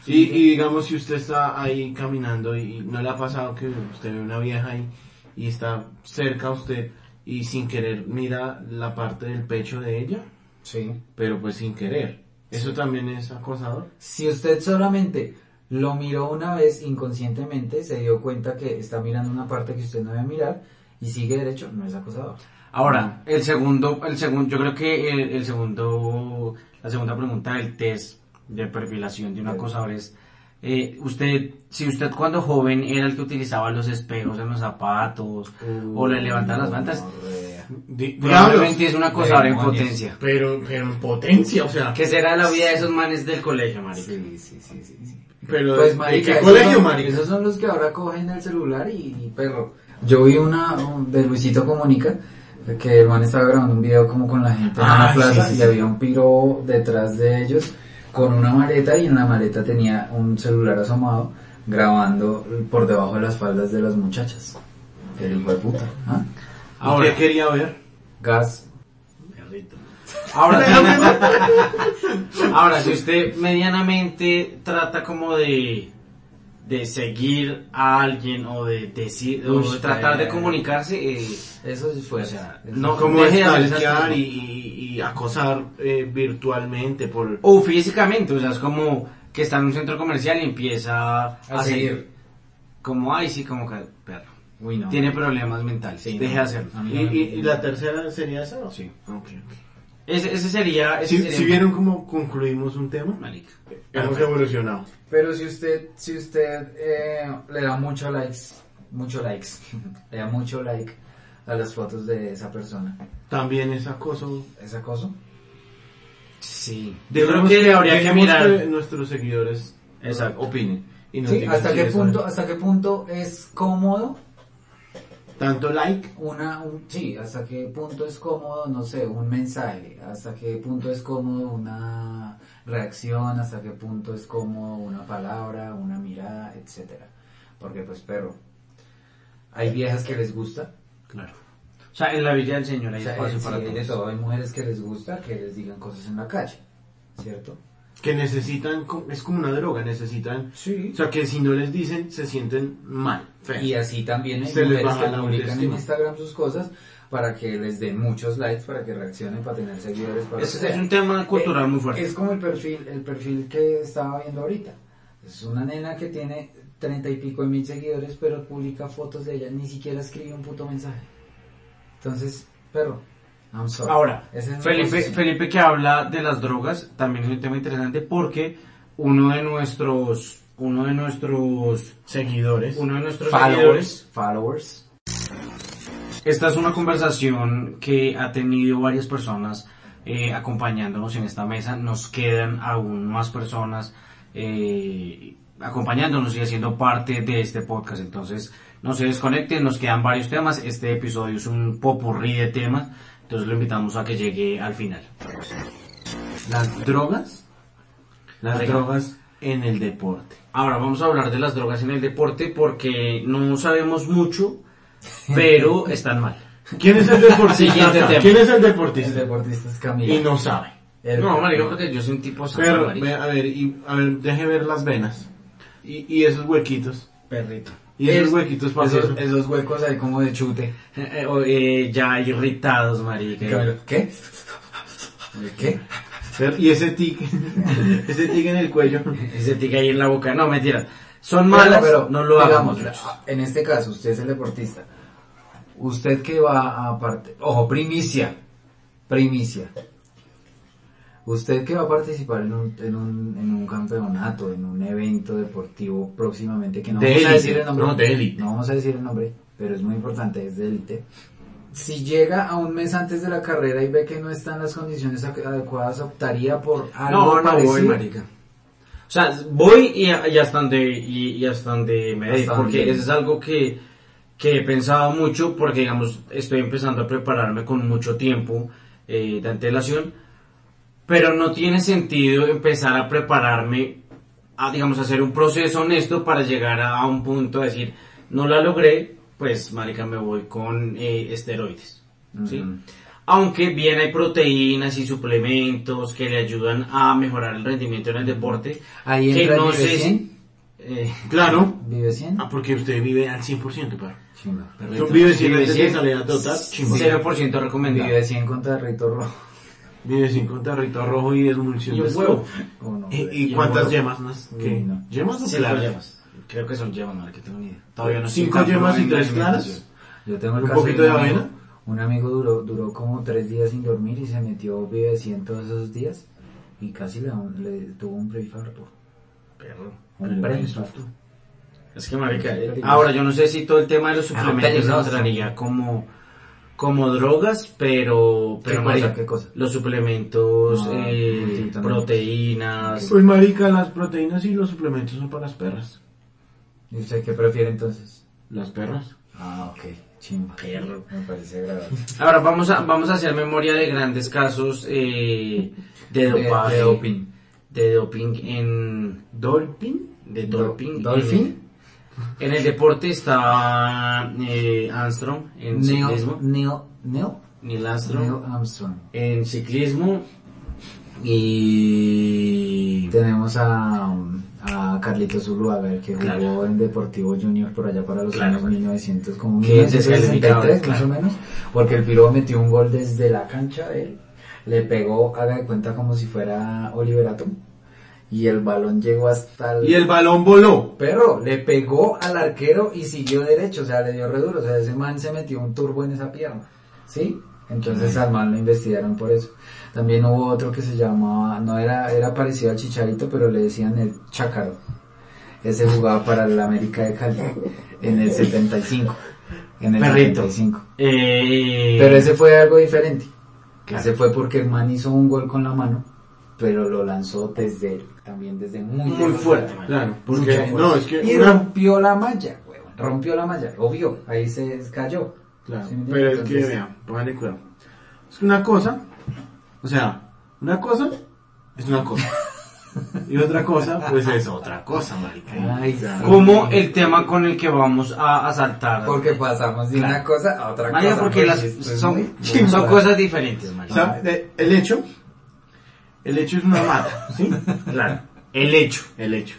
Speaker 5: Y, y digamos, si usted está ahí caminando y no le ha pasado que usted ve una vieja ahí y está cerca a usted y sin querer mira la parte del pecho de ella,
Speaker 4: Sí.
Speaker 5: pero pues sin querer. ¿Eso también es acosador?
Speaker 4: Si usted solamente lo miró una vez inconscientemente, se dio cuenta que está mirando una parte que usted no debe mirar y sigue derecho, no es acosador.
Speaker 3: Ahora, el segundo, el segundo, yo creo que el, el segundo, la segunda pregunta del test de perfilación de un acosador es, eh, usted, si usted cuando joven era el que utilizaba los espejos en los zapatos o le levantaba las mantas,
Speaker 4: Gonorrea.
Speaker 5: Di-
Speaker 3: probablemente es un acosador en
Speaker 4: demonios.
Speaker 3: potencia. Pues,
Speaker 5: Pero, pero en potencia, o sea.
Speaker 3: ¿Qué será la vida de esos manes del colegio, marica?
Speaker 4: Sí, sí, sí, sí, sí.
Speaker 5: Pero
Speaker 4: Pues
Speaker 5: ¿de
Speaker 4: marica,
Speaker 5: qué
Speaker 4: esos
Speaker 5: colegio,
Speaker 4: son-
Speaker 5: marica?
Speaker 4: Esos son los que ahora cogen el celular y, y perro. Yo vi una un- de Luisito Comunica que el man estaba grabando un video como con la gente en
Speaker 5: Ah,
Speaker 4: una plaza
Speaker 5: sí, sí,
Speaker 4: y
Speaker 5: sí.
Speaker 4: había un piro detrás de ellos con una maleta y en la maleta tenía un celular asomado grabando por debajo de las faldas de las muchachas. El hijo de puta. ¿ah?
Speaker 5: Ahora quería ver.
Speaker 4: Gas.
Speaker 3: Ahora, si- ahora, si usted medianamente trata como de, de seguir a alguien o de decir, o
Speaker 4: Uy,
Speaker 3: de tratar de
Speaker 4: eh.
Speaker 3: comunicarse, eh,
Speaker 4: Eso sí fue.
Speaker 3: O sea,
Speaker 4: eso
Speaker 3: no
Speaker 4: sí.
Speaker 5: Como
Speaker 3: Deje de hacer esas
Speaker 5: stalkear
Speaker 3: cosas.
Speaker 5: y, y- y acosar eh, virtualmente por...
Speaker 3: o físicamente, o sea, es como que está en un centro comercial y empieza a,
Speaker 4: A seguir.
Speaker 3: Como, ay, sí, como que, perro.
Speaker 4: Uy, no.
Speaker 3: Tiene problemas mentales,
Speaker 4: Sí,
Speaker 3: deje
Speaker 4: no.
Speaker 3: de hacerlo.
Speaker 4: A
Speaker 5: ¿Y,
Speaker 4: mí no me-
Speaker 5: y- y la tercera sería esa?
Speaker 3: Oh.
Speaker 5: ¿o? Sí.
Speaker 3: Ese, ese sería... Ese
Speaker 5: Si,
Speaker 3: sería
Speaker 5: si vieron cómo concluimos un tema,
Speaker 3: Marica.
Speaker 5: hemos evolucionado.
Speaker 4: Pero si usted, si usted eh, le da muchos likes, mucho likes. Le da mucho like a las fotos de esa persona.
Speaker 5: También es acoso.
Speaker 4: ¿Es acoso?
Speaker 3: Sí.
Speaker 5: Yo creo
Speaker 3: Dejemos que habría que
Speaker 5: dejemos
Speaker 3: mirar.
Speaker 5: que nuestros seguidores
Speaker 3: Exacto.
Speaker 5: opinen. Y nos
Speaker 4: Sí,
Speaker 5: digan
Speaker 4: ¿hasta
Speaker 5: si
Speaker 4: qué
Speaker 5: les
Speaker 4: punto, hasta qué punto es cómodo
Speaker 5: parece. Tanto like.
Speaker 4: una, un- sí, hasta qué punto es cómodo, no sé, un mensaje, hasta qué punto es cómodo una reacción, hasta qué punto es cómodo una palabra, una mirada, etcétera. Porque pues perro, hay viejas que les gusta,
Speaker 5: Claro.
Speaker 3: O sea, en la Villa del Señor
Speaker 4: o
Speaker 3: hay
Speaker 4: sea,
Speaker 3: espacio
Speaker 4: eh,
Speaker 3: para
Speaker 4: sí, hay de
Speaker 3: todos.
Speaker 4: todo, hay mujeres que les gusta que les digan cosas en la calle, ¿cierto?
Speaker 5: Que necesitan, co- es como una droga, necesitan.
Speaker 4: Sí.
Speaker 5: O sea, que si no les dicen, se sienten mal. feo.
Speaker 4: Y así también hay
Speaker 5: Se les
Speaker 4: mujeres
Speaker 5: baja
Speaker 4: que
Speaker 5: la
Speaker 4: publican en
Speaker 5: autoestima.
Speaker 4: Instagram sus cosas para que les den muchos likes, para que reaccionen, para tener seguidores. Para
Speaker 3: Es,
Speaker 4: lo que
Speaker 3: es
Speaker 4: sea.
Speaker 3: un tema cultural
Speaker 4: Eh,
Speaker 3: muy fuerte.
Speaker 4: Es como el perfil, el perfil que estaba viendo ahorita. Es una nena que tiene treinta y pico de mil seguidores, pero publica fotos de ella, ni siquiera escribe un puto mensaje. Entonces, perro, I'm sorry.
Speaker 3: Ahora,
Speaker 4: Esa es mi
Speaker 3: Felipe,
Speaker 4: posición.
Speaker 3: Felipe que habla de las drogas, también es un tema interesante porque uno de nuestros, uno de nuestros,
Speaker 5: Seguidores.
Speaker 3: uno de nuestros seguidores
Speaker 4: followers, followers.
Speaker 3: Esta es una conversación que ha tenido varias personas eh, acompañándonos en esta mesa. Nos quedan aún más personas eh, acompañándonos y haciendo parte de este podcast. Entonces, no se desconecten, nos quedan varios temas. Este episodio es un popurrí de temas. Entonces lo invitamos a que llegue al final.
Speaker 5: Las drogas. Las
Speaker 3: Marica.
Speaker 5: drogas en el deporte.
Speaker 3: Ahora vamos a hablar de las drogas en el deporte porque no sabemos mucho, pero están mal.
Speaker 5: ¿Quién es el deportista?
Speaker 3: Siguiente tema.
Speaker 5: ¿Quién es el
Speaker 4: El
Speaker 5: deportista?
Speaker 4: deportista es
Speaker 5: Y
Speaker 4: Camila.
Speaker 5: no sabe.
Speaker 4: El-
Speaker 3: No, marica, porque yo soy un tipo sano,
Speaker 5: Pero,
Speaker 3: marica.
Speaker 5: ve, a ver, y, a ver, deje ver las venas. Y, y esos huequitos.
Speaker 3: Perrito.
Speaker 5: Y esos
Speaker 4: Es-
Speaker 5: huequitos para
Speaker 4: esos, esos huecos ahí como de chute.
Speaker 3: Eh, eh, o- eh, ya irritados, marica.
Speaker 4: Y Camila, ¿Qué? ¿Qué?
Speaker 5: Y ese tic, ese tic en el cuello.
Speaker 3: Ese tic ahí en la boca. No, mentiras. Son malas, pero, no lo hagamos.
Speaker 4: digamos, En este caso, usted es el deportista. Usted que va a parte, ojo, primicia, primicia. Usted que va a participar en un, en un, en un campeonato, en un evento deportivo próximamente, que no
Speaker 5: De
Speaker 4: vamos a
Speaker 5: élite,
Speaker 4: decir el nombre.
Speaker 5: no, de élite.
Speaker 4: No vamos a decir el nombre, pero es muy importante, es de élite. Si llega a un mes antes de la carrera y ve que no están las condiciones ac- adecuadas, optaría por algo
Speaker 3: No, no voy,
Speaker 4: parecido.
Speaker 3: marica. O sea, voy y, y hasta donde, y, y hasta donde me dé,
Speaker 4: Hasta
Speaker 3: porque
Speaker 4: donde.
Speaker 3: eso es algo que, que he pensado mucho, porque digamos, estoy empezando a prepararme con mucho tiempo eh, de antelación, pero no tiene sentido empezar a prepararme, a digamos, hacer un proceso honesto para llegar a, a un punto de decir, no la logré, pues marica, me voy con eh, esteroides, ¿sí?
Speaker 4: Ujú.
Speaker 3: Aunque bien hay proteínas y suplementos que le ayudan a mejorar el rendimiento en el deporte.
Speaker 4: Ahí
Speaker 3: que
Speaker 4: entra el
Speaker 3: no
Speaker 4: Vive
Speaker 3: sé si-
Speaker 4: 100.
Speaker 3: eh,
Speaker 5: Claro.
Speaker 4: ¿Vive 100?
Speaker 5: Ah, porque usted vive al 100%, pero.
Speaker 4: Chimba, perrito.
Speaker 5: Yo vive
Speaker 3: Vive
Speaker 5: 100%
Speaker 3: cien.
Speaker 5: de salida total, chimba.
Speaker 3: 0% recomendado.
Speaker 4: Vive 100 con tarrito rojo.
Speaker 5: Vive sin contarrito rojo y desmulsión
Speaker 3: Y un
Speaker 5: de
Speaker 3: huevo.
Speaker 5: estómago.
Speaker 4: ¿O no?
Speaker 5: ¿Y, y
Speaker 3: Y un
Speaker 5: cuántas
Speaker 3: huevo.
Speaker 5: yemas más? ¿Qué?
Speaker 4: Uy, no.
Speaker 5: ¿Yemas o
Speaker 3: Cinco
Speaker 5: claras?
Speaker 3: yemas. Creo que son yemas, no que tengo ni idea. Todavía no estoy
Speaker 5: ¿Cinco
Speaker 3: tan
Speaker 5: yemas y
Speaker 3: probando
Speaker 5: tres
Speaker 3: en
Speaker 5: claras?
Speaker 3: alimentación.
Speaker 4: Yo tengo el
Speaker 5: ¿Un
Speaker 4: caso
Speaker 5: poquito
Speaker 4: un
Speaker 5: de
Speaker 4: amigo.
Speaker 5: avena?
Speaker 4: Un amigo duró, duró como tres días sin dormir y se metió vive 100 todos esos días y casi le, le tuvo un preinfarto.
Speaker 3: Perro.
Speaker 4: Un preinfarto.
Speaker 3: Es que marica, eh,
Speaker 4: Peligroso.
Speaker 3: ahora yo no sé si todo el tema de los
Speaker 4: Ah,
Speaker 3: suplementos
Speaker 4: peligroso.
Speaker 3: entraría como como drogas, pero pero
Speaker 4: cosa?
Speaker 3: marica,
Speaker 4: ¿Qué cosa?
Speaker 3: los suplementos,
Speaker 4: Ah,
Speaker 3: eh,
Speaker 4: multivitamínicos.
Speaker 3: proteínas,
Speaker 5: Pues, marica, las proteínas y los suplementos son para las perras.
Speaker 4: ¿Y usted qué prefiere entonces?
Speaker 5: ¿Las perras?
Speaker 4: Ah, ok. Chimba.
Speaker 3: Perro.
Speaker 4: Me parece grave.
Speaker 3: Ahora vamos a, vamos a hacer memoria de grandes casos eh, de dopaje.
Speaker 4: de doping.
Speaker 3: De doping en...
Speaker 5: ¿Dolphin?
Speaker 3: De
Speaker 4: Do-
Speaker 3: doping.
Speaker 4: ¿Dolphin?
Speaker 3: En, en el deporte estaba eh, Armstrong en
Speaker 4: Neil,
Speaker 3: ciclismo.
Speaker 4: Neil, Neil,
Speaker 3: Neil Armstrong.
Speaker 4: Neil Armstrong.
Speaker 3: En ciclismo. Y...
Speaker 4: Tenemos a, um, a Carlitos Uruaga, el que jugó
Speaker 3: Claro.
Speaker 4: en Deportivo Junior por allá para los
Speaker 3: Claro.
Speaker 4: años 1900, como
Speaker 3: Que
Speaker 4: 1963
Speaker 3: descalificado,
Speaker 4: más o menos, porque el Piro metió un gol desde la cancha de él, le pegó, haga de cuenta como si fuera Oliver Atom, y el balón llegó hasta el...
Speaker 5: Y el balón voló.
Speaker 4: Perro, le pegó al arquero y siguió derecho, o sea, le dio re duro, o sea, ese man se metió un turbo en esa pierna, ¿sí? Entonces al man lo investigaron por eso. También hubo otro que se llamaba, no era, era parecido al chicharito, pero le decían el chácaro. Ese jugaba para el América de Cali en el 75. En el
Speaker 3: Perrito.
Speaker 4: 75.
Speaker 3: Eh,
Speaker 4: Pero ese fue algo diferente.
Speaker 3: Claro.
Speaker 4: Ese fue porque el man hizo un gol con la mano, pero lo lanzó desde también desde muy,
Speaker 3: Muy fuerte, man.
Speaker 5: Claro,
Speaker 4: Mucha
Speaker 5: porque
Speaker 4: fuerza.
Speaker 5: no, es que
Speaker 4: y
Speaker 5: una-
Speaker 4: rompió la malla, huevón, Rompió la malla, obvio, ahí se cayó.
Speaker 5: Claro,
Speaker 4: ¿Sí me
Speaker 5: pero
Speaker 4: entiendes?
Speaker 5: es que
Speaker 4: Entonces,
Speaker 5: vean, pónganle cuidado. Es que una cosa, o sea, una cosa es una cosa. y otra cosa, pues es otra cosa, marica.
Speaker 4: Ay, sí.
Speaker 3: como el tema con el que vamos a, a saltar.
Speaker 4: Porque pasamos de
Speaker 3: Claro.
Speaker 4: una cosa a otra
Speaker 3: Marica,
Speaker 4: cosa.
Speaker 3: porque las,
Speaker 4: pues, es muy-
Speaker 3: son,
Speaker 4: muy
Speaker 3: son
Speaker 4: raro.
Speaker 3: cosas diferentes,
Speaker 5: O
Speaker 3: marica.
Speaker 5: sea, de- el hecho, el hecho es una mata, ¿sí?
Speaker 3: Claro. El hecho.
Speaker 5: El hecho.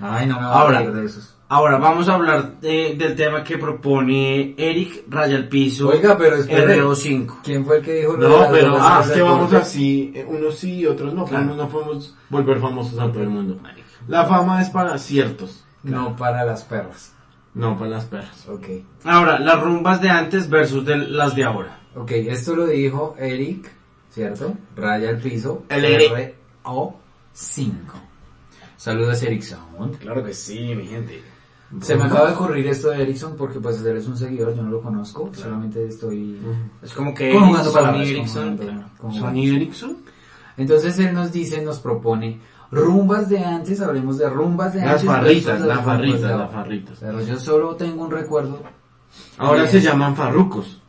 Speaker 4: Ay, no me voy
Speaker 3: Ahora.
Speaker 4: a reír de esos.
Speaker 3: Ahora vamos a hablar de- del tema que propone Eric Raya al Piso
Speaker 4: Oiga, pero espere.
Speaker 3: RO5.
Speaker 4: ¿Quién fue el que dijo lo de
Speaker 5: No,
Speaker 4: las
Speaker 5: pero
Speaker 4: dos
Speaker 5: ah,
Speaker 4: cosas
Speaker 5: es que
Speaker 4: del
Speaker 5: vamos
Speaker 4: golpe?
Speaker 5: así, eh, unos sí y otros no,
Speaker 3: Claro.
Speaker 5: pero no podemos volver famosos a todo el mundo. La fama es para ciertos,
Speaker 4: No para las perras.
Speaker 5: no para las perras.
Speaker 4: Ok.
Speaker 3: Ahora, las rumbas de antes versus de las de ahora.
Speaker 4: Ok, esto lo dijo Eric, ¿cierto? Raya al piso.
Speaker 5: El Eric.
Speaker 4: RO5. Saludos Eric Sound.
Speaker 3: Claro que sí, mi gente.
Speaker 4: Se me acaba de ocurrir esto de Erickson porque pues eres un seguidor, yo no lo conozco, solamente estoy...
Speaker 3: Es como que
Speaker 4: Conjugando palabras,
Speaker 3: Sony Ericsson.
Speaker 4: conjugando,
Speaker 3: claro.
Speaker 4: conjugando.
Speaker 5: Sony Ericsson.
Speaker 4: Entonces él nos dice, nos propone rumbas de antes, hablemos de rumbas de
Speaker 5: Las
Speaker 4: antes.
Speaker 5: farritas,
Speaker 4: versus
Speaker 5: las
Speaker 4: rumbas de
Speaker 5: farritas,
Speaker 4: ahora.
Speaker 5: las farritas.
Speaker 4: Pero yo solo tengo un recuerdo
Speaker 5: Ahora
Speaker 4: Bien.
Speaker 5: se llaman farrucos.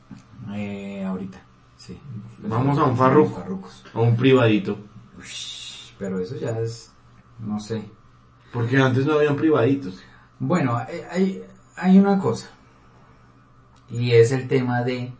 Speaker 4: eh, ahorita, sí.
Speaker 5: Vamos a un farruco.
Speaker 4: Farrucos.
Speaker 5: a un privadito.
Speaker 4: Ush, Pero eso ya es, no sé,
Speaker 5: Porque antes no habían privaditos.
Speaker 4: Bueno, hay- hay, hay una cosa. Y es el tema de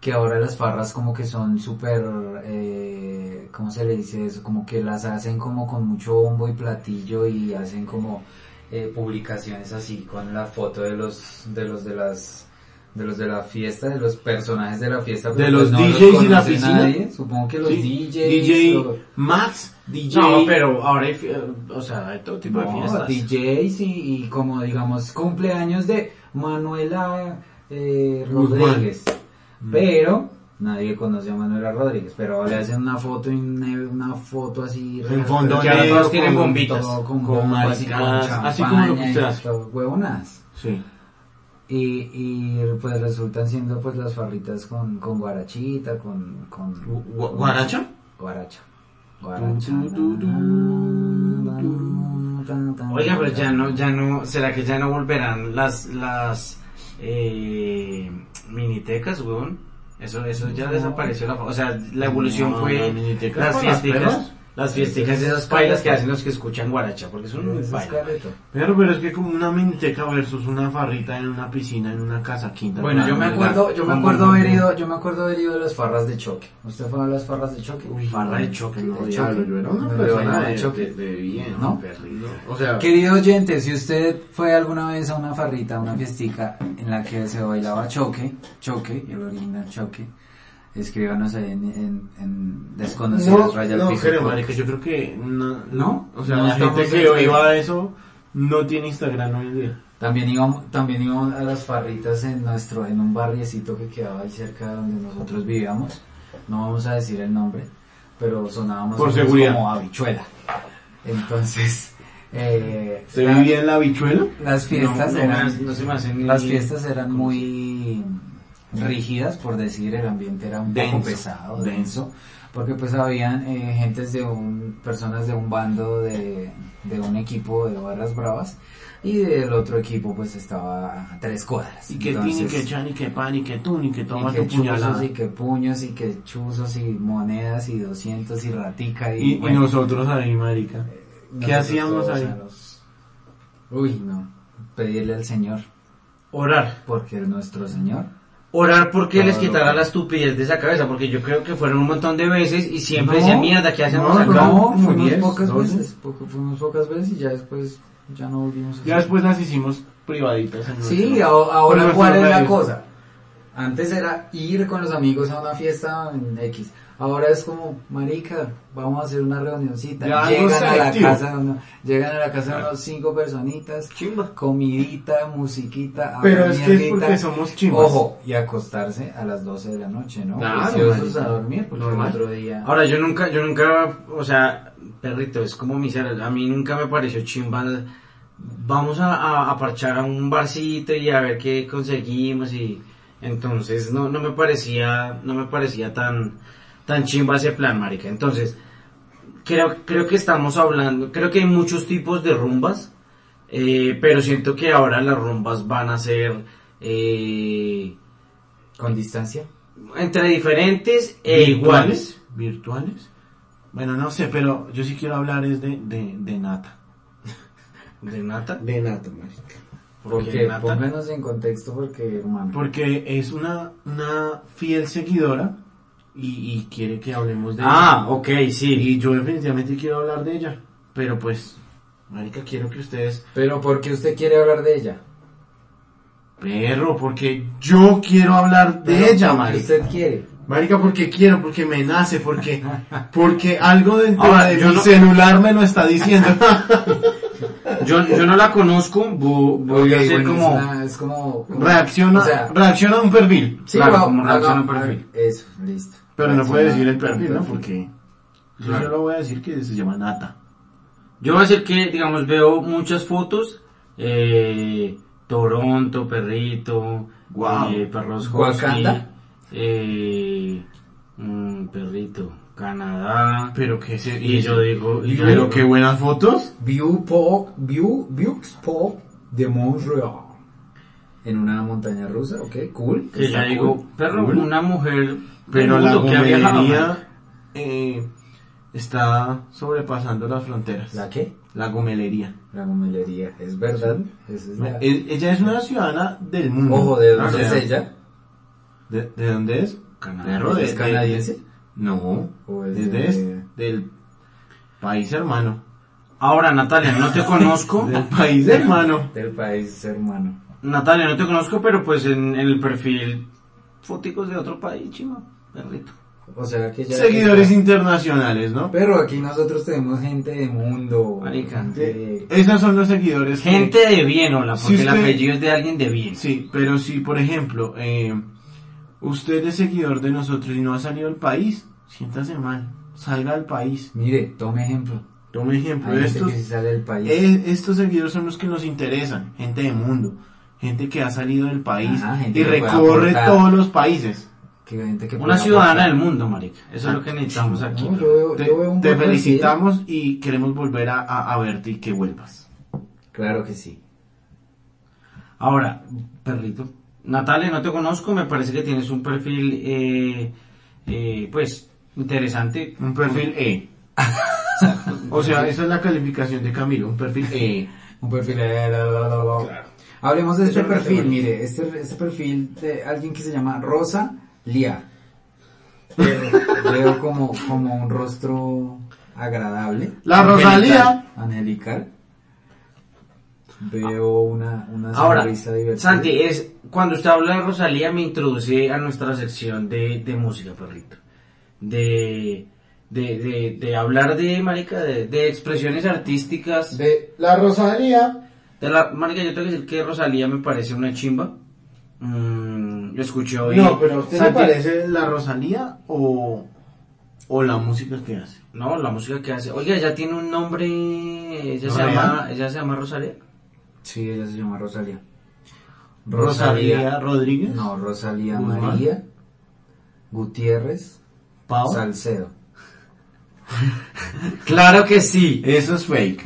Speaker 4: que ahora las farras como que son súper... Eh, ¿Cómo se le dice eso? Como que las hacen como con mucho bombo y platillo y hacen como eh, publicaciones así con la foto de los de los de las de los de la fiesta, de los personajes de la fiesta.
Speaker 5: De
Speaker 4: pero
Speaker 5: los
Speaker 4: pues
Speaker 5: DJs y la
Speaker 4: conoce
Speaker 5: piscina.
Speaker 4: Supongo que los
Speaker 5: Sí,
Speaker 4: DJs...
Speaker 5: DJ
Speaker 4: o-
Speaker 5: Max, DJ.
Speaker 3: No, pero ahora hay, fi- o sea, hay todo tipo de
Speaker 4: no,
Speaker 3: fiestas.
Speaker 4: DJs y, y como digamos cumpleaños de Manuela eh,
Speaker 5: Guzmán. Mm.
Speaker 4: Rodríguez. Pero nadie conoce a Manuela Rodríguez, pero le hacen una foto y una, una foto así
Speaker 5: En
Speaker 4: rara,
Speaker 5: fondo
Speaker 4: pero
Speaker 3: que ahora
Speaker 4: con-
Speaker 3: todos tienen
Speaker 4: con
Speaker 3: bombitas,
Speaker 4: todo, con,
Speaker 5: con
Speaker 4: bombas y con
Speaker 5: maricas, así como
Speaker 4: champaña
Speaker 5: lo que usted
Speaker 4: y
Speaker 5: hace.
Speaker 4: todo, huevonas.
Speaker 5: Sí.
Speaker 4: Y, y pues resultan siendo pues las farritas con, con guarachita, con, con
Speaker 5: Gu- gu- ¿Guaracha?
Speaker 4: guaracha.
Speaker 5: Tu, tu, tu,
Speaker 4: Guaracha.
Speaker 3: Oiga, pero ya no, ya no, ¿será que ya no volverán las, las, eh, minitecas, weón? Eso, eso ya desapareció la, o sea, la evolución
Speaker 5: No,
Speaker 3: fue
Speaker 5: la miniteca
Speaker 3: las
Speaker 5: con las
Speaker 3: fiesticas,
Speaker 5: perras.
Speaker 3: las fiesticas, esas pailas que hacen los que escuchan guaracha, porque son muy
Speaker 4: Ese es
Speaker 3: pailas.
Speaker 4: Carreto.
Speaker 5: Pero, pero es que como una miniteca versus una farrita en una piscina, en una casa quinta.
Speaker 4: Bueno,
Speaker 5: una-
Speaker 4: yo me
Speaker 5: una-
Speaker 4: acuerdo, yo me
Speaker 5: una-
Speaker 4: acuerdo
Speaker 5: una-
Speaker 4: haber ido, yo me acuerdo haber ido de las farras de choque. ¿Usted fue a las farras de choque?
Speaker 5: Uy, farra de choque, no,
Speaker 4: De
Speaker 5: diablo, yo era una
Speaker 4: No,
Speaker 5: persona
Speaker 4: de
Speaker 5: de
Speaker 4: choque.
Speaker 5: de- de bien,
Speaker 4: ¿No?
Speaker 5: perdido. O sea,
Speaker 4: Querido oyente, si usted fue alguna vez a una farrita, a una fiestica en la que se bailaba choque, choque, el original choque, escríbanos ahí en, en, en desconocidos
Speaker 5: no,
Speaker 4: raya al
Speaker 5: no
Speaker 4: piso.
Speaker 5: creo, marica, yo creo que no,
Speaker 4: ¿No?
Speaker 5: o sea,
Speaker 4: No
Speaker 5: la gente
Speaker 4: estamos
Speaker 5: que
Speaker 4: en-
Speaker 5: iba a eso no tiene Instagram hoy en día.
Speaker 4: También íbamos, también íbamos a las farritas en nuestro, en un barriecito que quedaba ahí cerca de donde nosotros vivíamos. No vamos a decir el nombre, pero sonábamos
Speaker 5: Por
Speaker 4: nosotros
Speaker 5: seguridad.
Speaker 4: como habichuela. Entonces, eh,
Speaker 5: ¿Se
Speaker 4: la-
Speaker 5: vivía en la bichuela?
Speaker 4: las fiestas
Speaker 3: No, no,
Speaker 4: eran,
Speaker 3: no se me hacen ni-
Speaker 4: las fiestas eran muy rígidas, por decir, el ambiente era un poco
Speaker 5: Denso,
Speaker 4: pesado,
Speaker 5: denso.
Speaker 4: denso, porque pues habían eh, gentes de un, personas de un bando de, de un equipo de barras bravas y del otro equipo pues estaba a tres cuadras.
Speaker 5: Y que tin, y
Speaker 4: Entonces,
Speaker 5: que chan, y que pan, y que tú, y que toma
Speaker 4: y que
Speaker 5: tu
Speaker 4: chuzos
Speaker 5: puñalada.
Speaker 4: y que puños y que chuzos y monedas y doscientos y ratica y,
Speaker 5: Y, y
Speaker 4: bueno,
Speaker 5: nosotros ahí, marica. ¿Qué
Speaker 4: nosotros
Speaker 5: hacíamos
Speaker 4: todos
Speaker 5: ahí?
Speaker 4: a los- Uy, no, pedirle al Señor,
Speaker 3: Orar.
Speaker 4: porque nuestro Señor
Speaker 3: Orar porque les
Speaker 4: No,
Speaker 3: quitara
Speaker 4: no.
Speaker 3: la estupidez de esa cabeza, porque yo creo que fueron un montón de veces y siempre decían, mierda, ¿qué hacemos
Speaker 4: Pues no,
Speaker 3: acá?
Speaker 4: No,
Speaker 5: Muy
Speaker 4: fuimos
Speaker 5: bien,
Speaker 4: pocas
Speaker 5: entonces.
Speaker 4: veces, poco- fuimos pocas veces y ya después ya no volvimos a
Speaker 5: Ya
Speaker 4: hacer.
Speaker 5: después las hicimos privaditas. en
Speaker 4: Sí,
Speaker 5: nuestro-
Speaker 4: ahora,
Speaker 5: en
Speaker 4: ahora
Speaker 5: nuestro
Speaker 4: cuál es la
Speaker 5: radio.
Speaker 4: cosa. Antes era ir con los amigos a una fiesta en X. Ahora es como, marica, vamos a hacer una reunioncita.
Speaker 5: Ya,
Speaker 4: llegan,
Speaker 5: algo
Speaker 4: a la
Speaker 5: selectivo.
Speaker 4: casa, uno- llegan a la casa unos cinco personitas, comidita, musiquita,
Speaker 5: Pero
Speaker 4: hablan
Speaker 5: es que es
Speaker 4: mierdita.
Speaker 5: porque somos chimbas.
Speaker 4: Ojo, y acostarse a las 12 de la noche, ¿no?
Speaker 5: Claro,
Speaker 4: Preciosos a
Speaker 5: marica.
Speaker 4: dormir, porque
Speaker 5: Normal.
Speaker 4: el otro día...
Speaker 3: Ahora, yo nunca, yo nunca, o sea, perrito, es como mi ser, a mí nunca me pareció chimba vamos a, a- a parchar a un barcito y a ver qué conseguimos y entonces no, no me parecía, no me parecía tan, tan chimba ese plan, marica. Entonces, creo, creo que estamos hablando, creo que hay muchos tipos de rumbas, eh, pero siento que ahora las rumbas van a ser, eh,
Speaker 4: ¿Con distancia?
Speaker 3: entre diferentes e iguales.
Speaker 5: ¿Virtuales? ¿Virtuales? Bueno, no sé, pero yo sí quiero hablar es de, de, de Nata.
Speaker 3: ¿De nata?
Speaker 5: De Nata, marica.
Speaker 4: Porque, pónganos en contexto porque, hermano.
Speaker 5: Porque es una, una fiel seguidora y, y quiere que hablemos de
Speaker 3: Ah, ok,
Speaker 5: ella.
Speaker 3: sí.
Speaker 5: Y yo definitivamente quiero hablar de ella. Pero pues, marica, quiero que ustedes...
Speaker 4: Pero ¿por qué usted quiere hablar de ella?
Speaker 5: Perro, porque yo quiero hablar de
Speaker 4: Pero,
Speaker 5: ella,
Speaker 4: ¿por qué
Speaker 5: marica.
Speaker 4: usted quiere?
Speaker 5: Marica, porque quiero, porque me nace, porque, porque algo dentro
Speaker 3: Ahora,
Speaker 5: de
Speaker 3: yo
Speaker 5: mi
Speaker 3: no-
Speaker 5: celular me lo está diciendo.
Speaker 3: Yo, yo no la conozco, vo- voy a
Speaker 4: Ok,
Speaker 3: hacer
Speaker 4: bueno,
Speaker 3: como...
Speaker 4: es, una- es como... como-
Speaker 5: reacciona,
Speaker 4: o sea,
Speaker 5: reacciona a un perfil.
Speaker 4: sí,
Speaker 3: claro,
Speaker 4: va-
Speaker 3: como
Speaker 4: haga-
Speaker 3: reacciona al perfil.
Speaker 4: Eso, listo.
Speaker 5: Pero no
Speaker 4: Reacciona
Speaker 5: puede decir el
Speaker 4: al
Speaker 5: perfil, ¿no? Porque yo
Speaker 3: Claro.
Speaker 5: solo voy a decir que se llama Nata.
Speaker 3: Yo voy a decir que, digamos, veo muchas fotos, eh, Toronto, perrito,
Speaker 5: Guau.
Speaker 3: eh, perros
Speaker 4: Wakanda.
Speaker 3: husky, eh, mm, perrito, Canadá,
Speaker 5: Pero que se...
Speaker 3: y yo digo, y yo
Speaker 5: pero
Speaker 3: digo-
Speaker 5: qué buenas fotos.
Speaker 4: View Pop, View, Pop de Montreal. ¿En una montaña rusa? Ok, cool.
Speaker 3: que
Speaker 4: está
Speaker 3: ya digo,
Speaker 4: cool.
Speaker 3: perro,
Speaker 5: Cool.
Speaker 3: una mujer,
Speaker 5: Pero
Speaker 3: del
Speaker 5: la
Speaker 3: mundo que ha viajado, man.
Speaker 5: gomelería eh, está sobrepasando las fronteras.
Speaker 4: ¿La qué?
Speaker 5: La gomelería.
Speaker 4: La gomelería, es verdad. Esa es la-
Speaker 5: E- Ella es una ciudadana del mundo.
Speaker 4: Ojo, ¿de
Speaker 5: O
Speaker 4: dónde
Speaker 5: sea,
Speaker 4: es ella?
Speaker 5: ¿De, de dónde es?
Speaker 3: Canadá.
Speaker 5: Perro, de-
Speaker 4: ¿Es
Speaker 5: de-
Speaker 4: canadiense?
Speaker 5: no.
Speaker 4: ¿O es
Speaker 5: es de- este,
Speaker 4: de-
Speaker 5: del país hermano.
Speaker 3: Ahora, Natalia, no te conozco,
Speaker 5: Del país hermano.
Speaker 4: Del país hermano.
Speaker 3: Natalia, no te conozco, pero pues en, en el perfil, foticos de otro país, chima, perrito.
Speaker 4: O sea que ya...
Speaker 5: Seguidores internacionales, ¿no?
Speaker 4: Pero aquí nosotros tenemos gente de mundo.
Speaker 3: Marica.
Speaker 4: gente-
Speaker 5: Esos son los seguidores. que-
Speaker 3: Gente de bien, hola,
Speaker 5: Si
Speaker 3: porque el
Speaker 5: usted-
Speaker 3: apellido es de alguien de bien.
Speaker 5: Sí, pero si, por ejemplo, eh, usted es seguidor de nosotros y no ha salido al país, siéntase mal. Salga al país.
Speaker 4: Mire, tome ejemplo.
Speaker 5: Tome ejemplo
Speaker 4: Hay
Speaker 5: de
Speaker 4: gente
Speaker 5: estos.
Speaker 4: que se sale del país.
Speaker 5: eh, estos seguidores son los que nos interesan. Gente de mundo. Gente que ha salido del país
Speaker 4: Ajá, gente
Speaker 5: y
Speaker 4: que pueda
Speaker 5: recorre
Speaker 4: aportar.
Speaker 5: todos los países.
Speaker 4: que gente que
Speaker 3: Una
Speaker 4: pueda
Speaker 3: ciudadana
Speaker 4: aportar. Ah,
Speaker 3: del mundo, marica. Eso es lo que necesitamos aquí.
Speaker 4: No, yo veo,
Speaker 5: Te,
Speaker 4: yo veo un
Speaker 5: te
Speaker 4: buen perfil.
Speaker 5: felicitamos y queremos volver a, a- a verte y que vuelvas.
Speaker 4: Claro que sí.
Speaker 3: Ahora, perrito. Natalia, no te conozco, me parece que tienes un perfil, eh, eh, pues, interesante.
Speaker 5: Un perfil E. o sea, esa es la calificación de Camilo, un perfil E.
Speaker 4: Un perfil. eh, la, la, la, la. Hablemos de este
Speaker 3: Eso es lo que
Speaker 4: perfil,
Speaker 3: tengo.
Speaker 4: mire, este, este perfil de alguien que se llama Rosa Lía. Veo como, como un rostro agradable.
Speaker 5: La Rosalía.
Speaker 4: Angelical. Veo una, una
Speaker 3: Ahora,
Speaker 4: sonrisa divertida.
Speaker 3: Santi, eh. es, cuando usted habla de Rosalía me introduce a nuestra sección de, de música, perrito. De, de, de, de hablar de, marica, de, de expresiones artísticas.
Speaker 5: De la Rosalía.
Speaker 3: De la, marica, yo tengo que decir que Rosalía me parece una chimba. Mm, lo escuché hoy.
Speaker 5: No, pero ¿a ¿usted le
Speaker 3: Santi-
Speaker 5: parece la Rosalía o, o la música que hace?
Speaker 3: No, la música que hace. Oiga, ella tiene un nombre. Ella se
Speaker 5: ¿Real?
Speaker 3: llama, ella se llama Rosalía.
Speaker 4: Sí, ella se llama Rosalía.
Speaker 5: Rosalía Rodríguez.
Speaker 4: No, Rosalía
Speaker 5: Guzmán.
Speaker 4: María Gutiérrez
Speaker 5: Pau.
Speaker 4: Salcedo.
Speaker 3: Claro que sí.
Speaker 5: Eso es fake.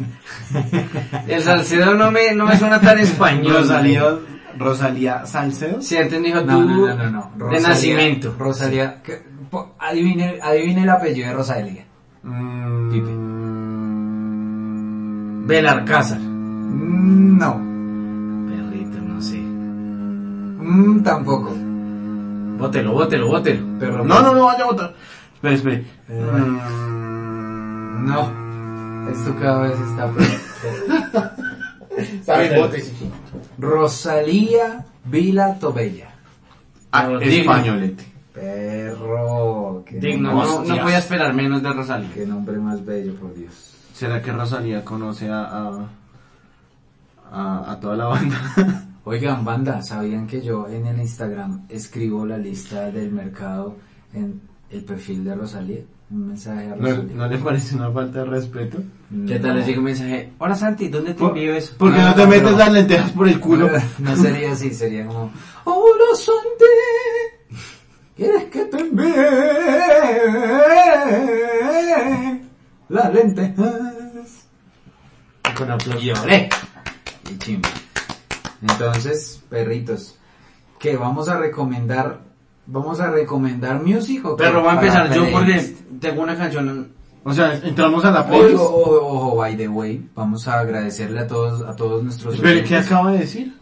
Speaker 3: El Salcedo no me, no me suena tan español.
Speaker 5: Rosalía, Rosalía Salcedo.
Speaker 3: Si antes dijo
Speaker 4: No,
Speaker 3: tú.
Speaker 4: no, no, no, no.
Speaker 3: De
Speaker 4: Rosalía-
Speaker 3: nacimiento.
Speaker 4: Rosalía. que- po- Adivine, adivine el apellido de Rosalía.
Speaker 5: Mm,
Speaker 4: Pipe.
Speaker 3: Belarcázar.
Speaker 4: Mm, No.
Speaker 3: Perrito, no sé.
Speaker 4: Mm, tampoco.
Speaker 3: Bótelo, bótelo, bótelo.
Speaker 4: Pero
Speaker 5: No, no, no, vaya a votar. Espere, espere.
Speaker 4: No. Esto cada vez está peor.
Speaker 5: Está bien, vote.
Speaker 4: Rosalía Vila Tobella.
Speaker 5: Ah,
Speaker 3: Pero digno.
Speaker 5: españolete.
Speaker 4: Perro. Qué
Speaker 3: Digno,
Speaker 4: nombre-
Speaker 3: no, no
Speaker 5: Hostias.
Speaker 3: voy a esperar menos de Rosalía.
Speaker 4: Qué nombre más bello, por Dios.
Speaker 5: ¿Será que Rosalía conoce a, a, a, a toda la banda?
Speaker 4: Oigan, banda, ¿sabían que yo en el Instagram escribo la lista del mercado en el perfil de Rosalía. Un mensaje a
Speaker 5: ¿No,
Speaker 4: Rosalía.
Speaker 5: ¿No le parece una falta de respeto?
Speaker 3: ¿Qué tal les llega un mensaje? Hola Santi, ¿dónde te envío eso? Ah,
Speaker 5: Porque no,
Speaker 4: No,
Speaker 5: te
Speaker 4: no,
Speaker 5: metes
Speaker 4: no.
Speaker 5: las lentejas por el culo.
Speaker 4: No sería así, sería como, hola Santi, ¿quieres que te envíe las lentejas? Y con aplausos. Y chimba. Entonces, perritos, que vamos a recomendar, vamos a recomendar music o qué?
Speaker 3: Pero voy a
Speaker 4: Para
Speaker 3: empezar yo porque
Speaker 4: playlist.
Speaker 3: tengo una canción.
Speaker 5: O sea, entramos a la
Speaker 4: Ojo,
Speaker 5: playlist.
Speaker 4: ojo, ojo, by the way, vamos a agradecerle a todos, a todos nuestros
Speaker 5: Pero, ¿qué
Speaker 4: oyentes.
Speaker 5: acaba de decir?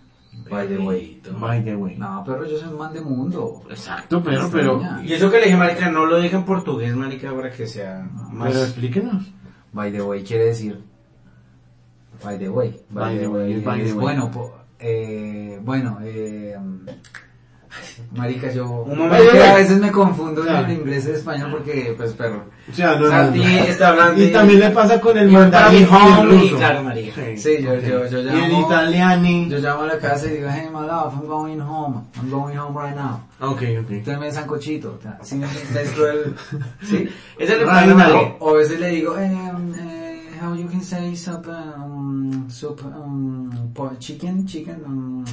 Speaker 4: By the way.
Speaker 5: By the way.
Speaker 4: No, pero yo soy un man de mundo.
Speaker 5: Exacto, pero, pero,
Speaker 4: Extraña.
Speaker 3: Y eso que le dije, marica, no lo diga en portugués, marica, para que sea
Speaker 5: pero
Speaker 3: más...
Speaker 5: explíquenos.
Speaker 4: By the way quiere decir. By the way.
Speaker 5: By the way,
Speaker 4: es
Speaker 5: by the way.
Speaker 4: Bueno, po- eh, bueno, eh, mm, marica, yo
Speaker 3: Un momento.
Speaker 4: a veces me confundo en
Speaker 5: Claro.
Speaker 4: el inglés y español porque, pues, perro.
Speaker 5: O sea, no, no,
Speaker 3: Santi
Speaker 5: no.
Speaker 3: está hablando
Speaker 5: Y
Speaker 3: de-
Speaker 5: también le pasa con el
Speaker 3: Y
Speaker 5: mandarín
Speaker 3: está
Speaker 5: y el
Speaker 3: bien,
Speaker 5: ruso.
Speaker 3: claro, marica.
Speaker 4: Sí, yo- yo- yo
Speaker 5: Y el
Speaker 4: llamo-
Speaker 5: italiani.
Speaker 4: Yo llamo a la casa y digo, hey, my love, I'm going home. I'm going home right now.
Speaker 5: Ok, ok.
Speaker 4: Entonces me Este sancochito. o sea, Si me mezclo el... ¿Sí?
Speaker 3: Ese le
Speaker 5: Rayo,
Speaker 3: pasa
Speaker 5: marica.
Speaker 4: O a veces le digo, em, eh, how you can say soup, um, soup, um, po- chicken, chicken, um,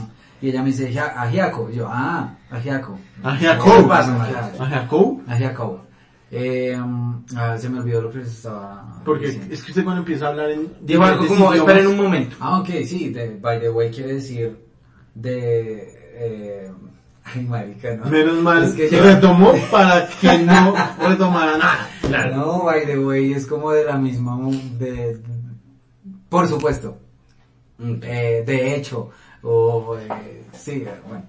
Speaker 4: y ella me dice "Ajia- ajiaco, y yo, ah, ajiaco.
Speaker 5: Ajiaco.
Speaker 4: ¿Qué pasa, marica?
Speaker 5: Ajacou.
Speaker 4: Ajiaco. Eh, um, ah, se me olvidó lo que les estaba
Speaker 5: Porque
Speaker 4: diciendo.
Speaker 5: es que usted cuando empieza a hablar en...
Speaker 3: Dijo algo
Speaker 5: diferentes
Speaker 3: como,
Speaker 5: idiomas-
Speaker 3: esperen un momento.
Speaker 4: Ah, ok, sí, de- by the way quiere decir de... Eh, ay, marica, no.
Speaker 5: Menos mal,
Speaker 4: Es que yo-
Speaker 5: retomó para que no retomara nada. Claro.
Speaker 4: No, by the way, es como de la misma... De, por supuesto. Eh, de hecho, o eh, sí, eh, bueno.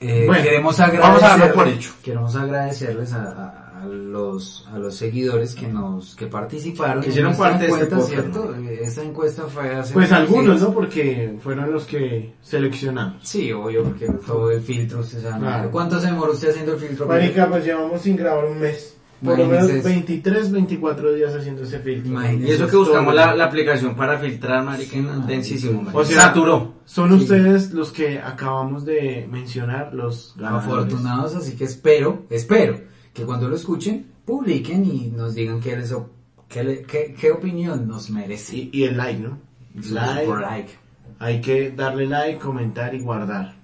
Speaker 4: Eh,
Speaker 5: Bueno,
Speaker 4: queremos
Speaker 5: vamos a darlo
Speaker 4: agradecer-
Speaker 5: por hecho.
Speaker 4: Queremos agradecerles a, a- a los a los seguidores que nos que participaron.
Speaker 3: Que hicieron
Speaker 4: en
Speaker 3: parte de este
Speaker 4: encuesta,
Speaker 3: podcast,
Speaker 4: ¿cierto? Eh, Esta encuesta fue hace
Speaker 5: Pues
Speaker 4: unos
Speaker 5: algunos,
Speaker 4: días.
Speaker 5: ¿no? Porque fueron los que seleccionamos.
Speaker 4: Sí, obvio, porque todo el filtro, usted sabe.
Speaker 5: Claro.
Speaker 4: ¿Cuánto se demoró usted haciendo el filtro?
Speaker 5: Marica, pues llevamos sin grabar un mes. Por lo menos
Speaker 4: Imagínese eso.
Speaker 5: 23, 24 días haciendo ese filtro.
Speaker 4: Imagínese.
Speaker 3: Y eso que
Speaker 4: Todo
Speaker 3: buscamos la,
Speaker 5: bien.
Speaker 3: la aplicación para filtrar, marica,
Speaker 4: Sí, marica.
Speaker 3: densísimo, marica.
Speaker 5: O sea,
Speaker 3: saturó.
Speaker 5: Son
Speaker 4: Sí.
Speaker 5: ustedes los que acabamos de mencionar los ganadores.
Speaker 4: afortunados, así que espero, espero que cuando lo escuchen, publiquen y nos digan qué les o- qué, le- qué- qué opinión nos merece. pues,
Speaker 5: Y, y el like, ¿no? Like.
Speaker 4: Por like.
Speaker 5: Hay que darle like, comentar y guardar.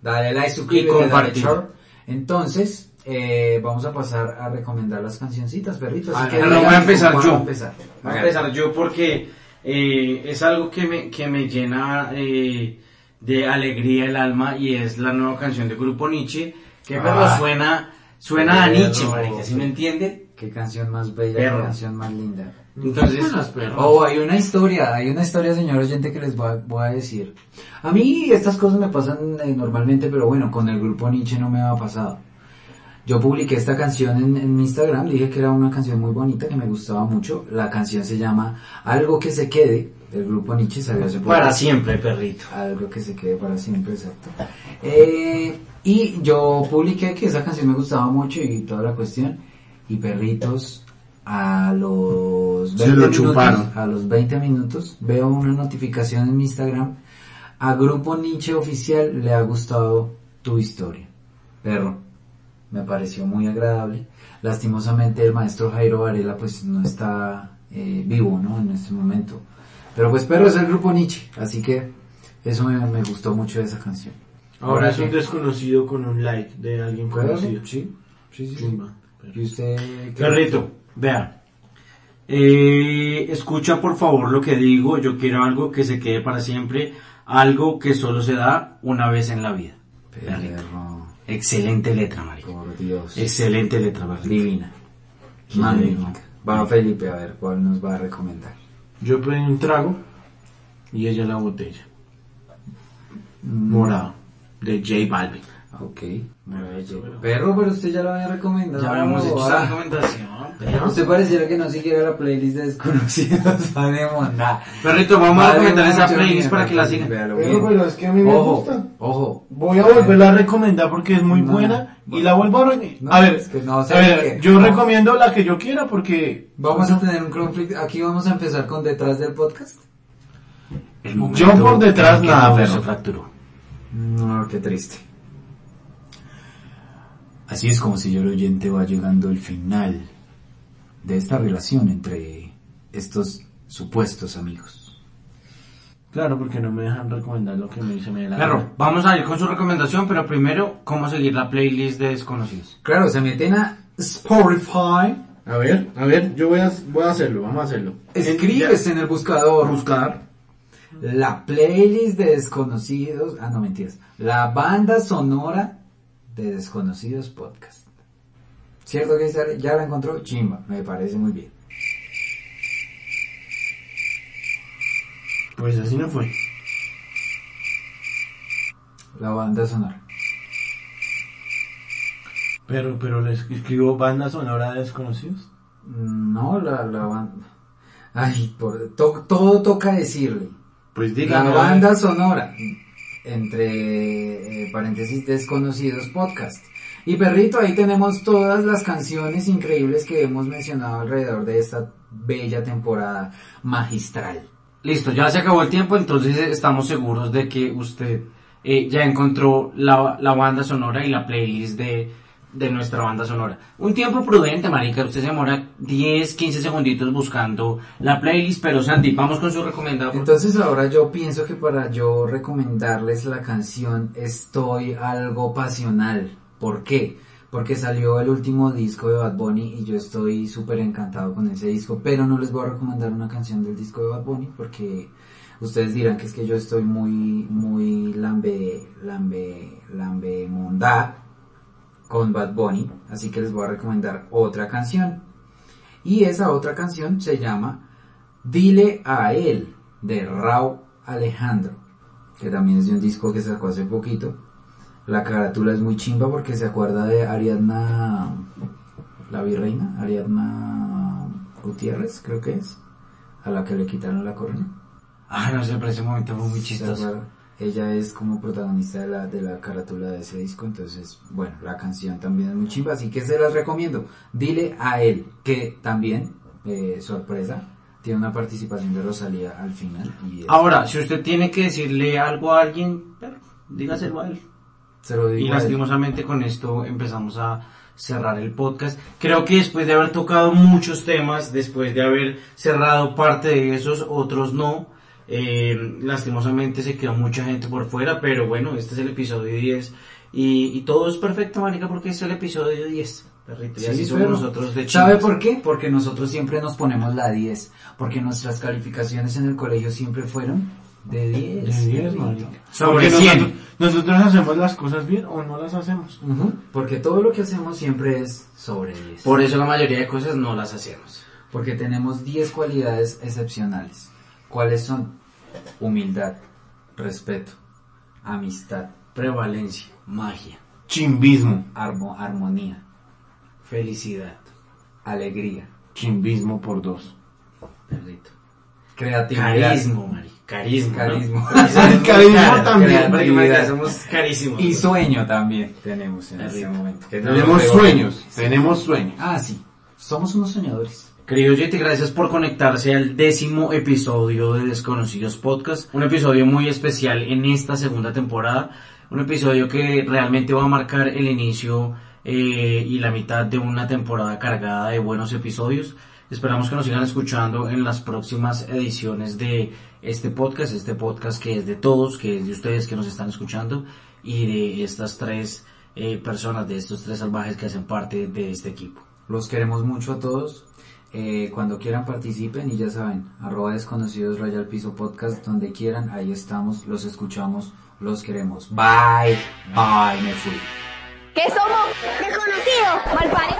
Speaker 4: Dale like, suscríbete,
Speaker 3: Y compartir.
Speaker 4: dale share. Entonces, eh, vamos a pasar a recomendar las cancioncitas, perritos.
Speaker 5: Ah, no,
Speaker 4: digan
Speaker 5: voy a
Speaker 3: empezar
Speaker 4: cómo
Speaker 3: yo.
Speaker 4: va a empezar.
Speaker 3: Voy a empezar yo porque eh, es algo que me, que me llena eh, de alegría el alma y es la nueva canción de Grupo Nietzsche que
Speaker 4: Ah.
Speaker 3: perro, suena, suena a
Speaker 4: Perro.
Speaker 3: Nietzsche, marica, ¿sí me entiende?
Speaker 4: Qué canción más bella,
Speaker 3: Perro.
Speaker 4: qué canción más linda.
Speaker 3: Entonces,
Speaker 5: Buenas, perro.
Speaker 4: Oh, hay una historia, hay una historia, señor oyente, que les voy a, voy a decir. A mí estas cosas me pasan eh, normalmente, pero bueno, con el grupo Nietzsche no me ha pasado. Yo publiqué esta canción en, en mi Instagram, dije que era una canción muy bonita, que me gustaba mucho. La canción se llama Algo que se quede, del grupo Nietzsche, salió hace poco.
Speaker 3: para siempre, perrito.
Speaker 4: Algo que se quede para siempre, exacto. Eh, y yo publiqué que esa canción me gustaba mucho y toda la cuestión. Y perritos, a los
Speaker 5: Se lo
Speaker 4: minutos,
Speaker 5: chuparon.
Speaker 4: a los 20 minutos, veo una notificación en mi Instagram. A Grupo Nietzsche Oficial le ha gustado tu historia. Perro, me pareció muy agradable. Lastimosamente el maestro Jairo Varela pues no está eh, vivo, ¿no? En este momento. Pero pues Perro es el Grupo Nietzsche, así que eso me, me gustó mucho de esa canción.
Speaker 5: Ahora es un
Speaker 4: que-
Speaker 5: desconocido con un like de alguien
Speaker 4: Claro,
Speaker 5: conocido.
Speaker 4: Sí, sí, sí.
Speaker 5: Chimba.
Speaker 4: ¿Y usted qué-
Speaker 3: Perrito, vea. Eh, escucha por favor lo que digo, yo quiero algo que se quede para siempre, algo que solo se da una vez en la vida. Perrito.
Speaker 4: Perro,
Speaker 3: Excelente letra, marica.
Speaker 4: por Dios.
Speaker 3: Excelente letra, perrito.
Speaker 4: divina.
Speaker 3: Qué
Speaker 4: Magnífica. Va Felipe a ver cuál nos va a recomendar.
Speaker 5: Yo pedí un trago y ella la botella. Morado. De J Balvin.
Speaker 4: Ok. Perro, pero usted ya lo había recomendado.
Speaker 3: Ya habíamos hecho esa
Speaker 4: Ah.
Speaker 3: recomendación.
Speaker 4: Usted pareciera que no siguiera la playlist de desconocidos. No haremos nada.
Speaker 3: Perrito, vamos a
Speaker 4: Vale,
Speaker 3: recomendar esa
Speaker 4: mucho
Speaker 3: playlist
Speaker 4: bien,
Speaker 3: para que la sigan.
Speaker 4: véalo
Speaker 5: Pero,
Speaker 4: bien.
Speaker 5: pero es que a mí me
Speaker 4: ojo,
Speaker 5: gusta.
Speaker 4: Ojo.
Speaker 5: Voy a volverla a recomendar porque es muy
Speaker 4: No,
Speaker 5: buena y
Speaker 4: bueno.
Speaker 5: la vuelvo a recomendar.
Speaker 4: No,
Speaker 5: a ver,
Speaker 4: es que no,
Speaker 5: a
Speaker 4: ¿sabe
Speaker 5: ver,
Speaker 4: qué?
Speaker 5: yo
Speaker 4: No.
Speaker 5: recomiendo la que yo quiera porque
Speaker 4: Vamos a tener un conflicto. Aquí vamos a empezar con detrás del podcast.
Speaker 3: El
Speaker 5: Yo
Speaker 3: momento
Speaker 5: por detrás
Speaker 3: en que
Speaker 5: nada,
Speaker 3: Pablo
Speaker 5: perro.
Speaker 3: se fracturó.
Speaker 4: No, qué triste. Así es como señor oyente va llegando el final de esta relación entre estos supuestos amigos.
Speaker 5: Claro, porque no me dejan recomendar lo que me dice me da la
Speaker 3: Claro,
Speaker 5: gana.
Speaker 3: vamos a ir con su recomendación, pero primero, ¿cómo seguir la playlist de desconocidos?
Speaker 4: Claro, se meten a Spotify,
Speaker 1: A ver, a ver, yo voy a, voy a hacerlo, vamos a hacerlo.
Speaker 4: escribes en el buscador
Speaker 1: Buscar.
Speaker 4: la playlist de desconocidos, ah no mentiras, la banda sonora de desconocidos podcast. ¿Cierto que ya- ya la encontró? Chimba, me parece muy bien.
Speaker 5: Pues así no fue.
Speaker 4: La banda sonora.
Speaker 5: Pero, pero les escribo banda sonora de desconocidos.
Speaker 4: No, la, la banda. Ay, por, to- todo toca decirle.
Speaker 5: Pues
Speaker 4: La
Speaker 5: díganme.
Speaker 4: banda sonora, entre eh, paréntesis desconocidos podcast. Y perrito, ahí tenemos todas las canciones increíbles que hemos mencionado alrededor de esta bella temporada magistral.
Speaker 3: Listo, ya se acabó el tiempo, entonces estamos seguros de que usted eh, ya encontró la, la banda sonora y la playlist de, de nuestra banda sonora. Un tiempo prudente, marica, usted se demora 10, 15 segunditos buscando la playlist, pero Santi, vamos con su recomendado.
Speaker 4: Entonces ahora yo pienso que para yo recomendarles la canción Estoy algo pasional. ¿Por qué? Porque salió el último disco de Bad Bunny y yo estoy súper encantado con ese disco, pero no les voy a recomendar una canción del disco de Bad Bunny porque ustedes dirán que es que yo estoy muy, muy lambe, lambe, lambe mondá con Bad Bunny, así que les voy a recomendar otra canción. Y esa otra canción se llama Dile a él de Rao Alejandro, que también es de un disco que sacó hace poquito. La carátula es muy chimba porque se acuerda de Ariadna, la virreina, Ariadna Gutiérrez, creo que es, a la que le quitaron la corona.
Speaker 3: Ah, no sé, pero ese momento fue muy
Speaker 4: ¿Se
Speaker 3: chistoso.
Speaker 4: acuerda? Ella es como protagonista de la, de la carátula de ese disco, entonces, bueno, la canción también es muy chimba, así que se las recomiendo. Dile a él que también, eh, sorpresa, tiene una participación de Rosalía al final. Y es-
Speaker 3: Ahora, si usted tiene que decirle algo a alguien, pero dígaselo a él.
Speaker 4: Se lo
Speaker 3: Y
Speaker 4: digo. a él.
Speaker 3: lastimosamente con esto empezamos a cerrar el podcast. Creo que después de haber tocado muchos temas, después de haber cerrado parte de esos, otros no, eh, lastimosamente se quedó mucha gente por fuera, pero bueno, este es el episodio 10 y, y todo es perfecto, manica, porque es el episodio 10. Perrito, y
Speaker 4: Sí,
Speaker 3: así somos
Speaker 4: pero,
Speaker 3: nosotros de
Speaker 4: ¿Sabe
Speaker 3: chivas.
Speaker 4: por qué? Porque nosotros siempre nos ponemos la 10. Porque nuestras calificaciones en el colegio siempre fueron de 10.
Speaker 5: De 10,
Speaker 4: perrito.
Speaker 5: marica.
Speaker 3: Sobre
Speaker 5: Porque
Speaker 3: 100.
Speaker 5: Nosotros, nosotros hacemos las cosas bien o no las hacemos.
Speaker 4: Ujú, Porque todo lo que hacemos siempre es sobre 10.
Speaker 3: Por eso la mayoría de cosas no las hacemos.
Speaker 4: Porque tenemos 10 cualidades excepcionales. ¿Cuáles son? Humildad, respeto, amistad,
Speaker 3: Prevalencia, magia,
Speaker 5: Chimbismo.
Speaker 4: armo- armonía,
Speaker 3: felicidad,
Speaker 4: alegría,
Speaker 5: Chimbismo por dos.
Speaker 3: perrito.
Speaker 4: creatividad.
Speaker 3: Carisma, Mari. Carisma.
Speaker 4: Carismo.
Speaker 3: ¿no?
Speaker 5: Carisma
Speaker 4: también.
Speaker 3: Porque, marica, somos carísimos. pues.
Speaker 4: Y sueño también tenemos en este
Speaker 3: Perrito.
Speaker 4: momento. que no lo
Speaker 5: Tenemos
Speaker 4: veo.
Speaker 5: sueños. Tenemos sueños.
Speaker 4: Ah, sí. Somos unos soñadores.
Speaker 3: Querido oyente, gracias por conectarse al décimo episodio de Desconocidos Podcast. Un episodio muy especial en esta segunda temporada. Un episodio que realmente va a marcar el inicio eh, y la mitad de una temporada cargada de buenos episodios. Esperamos que nos sigan escuchando en las próximas ediciones de este podcast, este podcast que es de todos, que es de ustedes que nos están escuchando y de estas tres eh, personas, de estos tres salvajes que hacen parte de este equipo.
Speaker 4: Los queremos mucho a todos. Eh, cuando quieran participen y ya saben, arroba desconocidos rayal piso podcast, donde quieran, ahí estamos, los escuchamos, los queremos. Bye, bye, me fui.
Speaker 6: ¿Qué somos? Desconocidos, malparidos.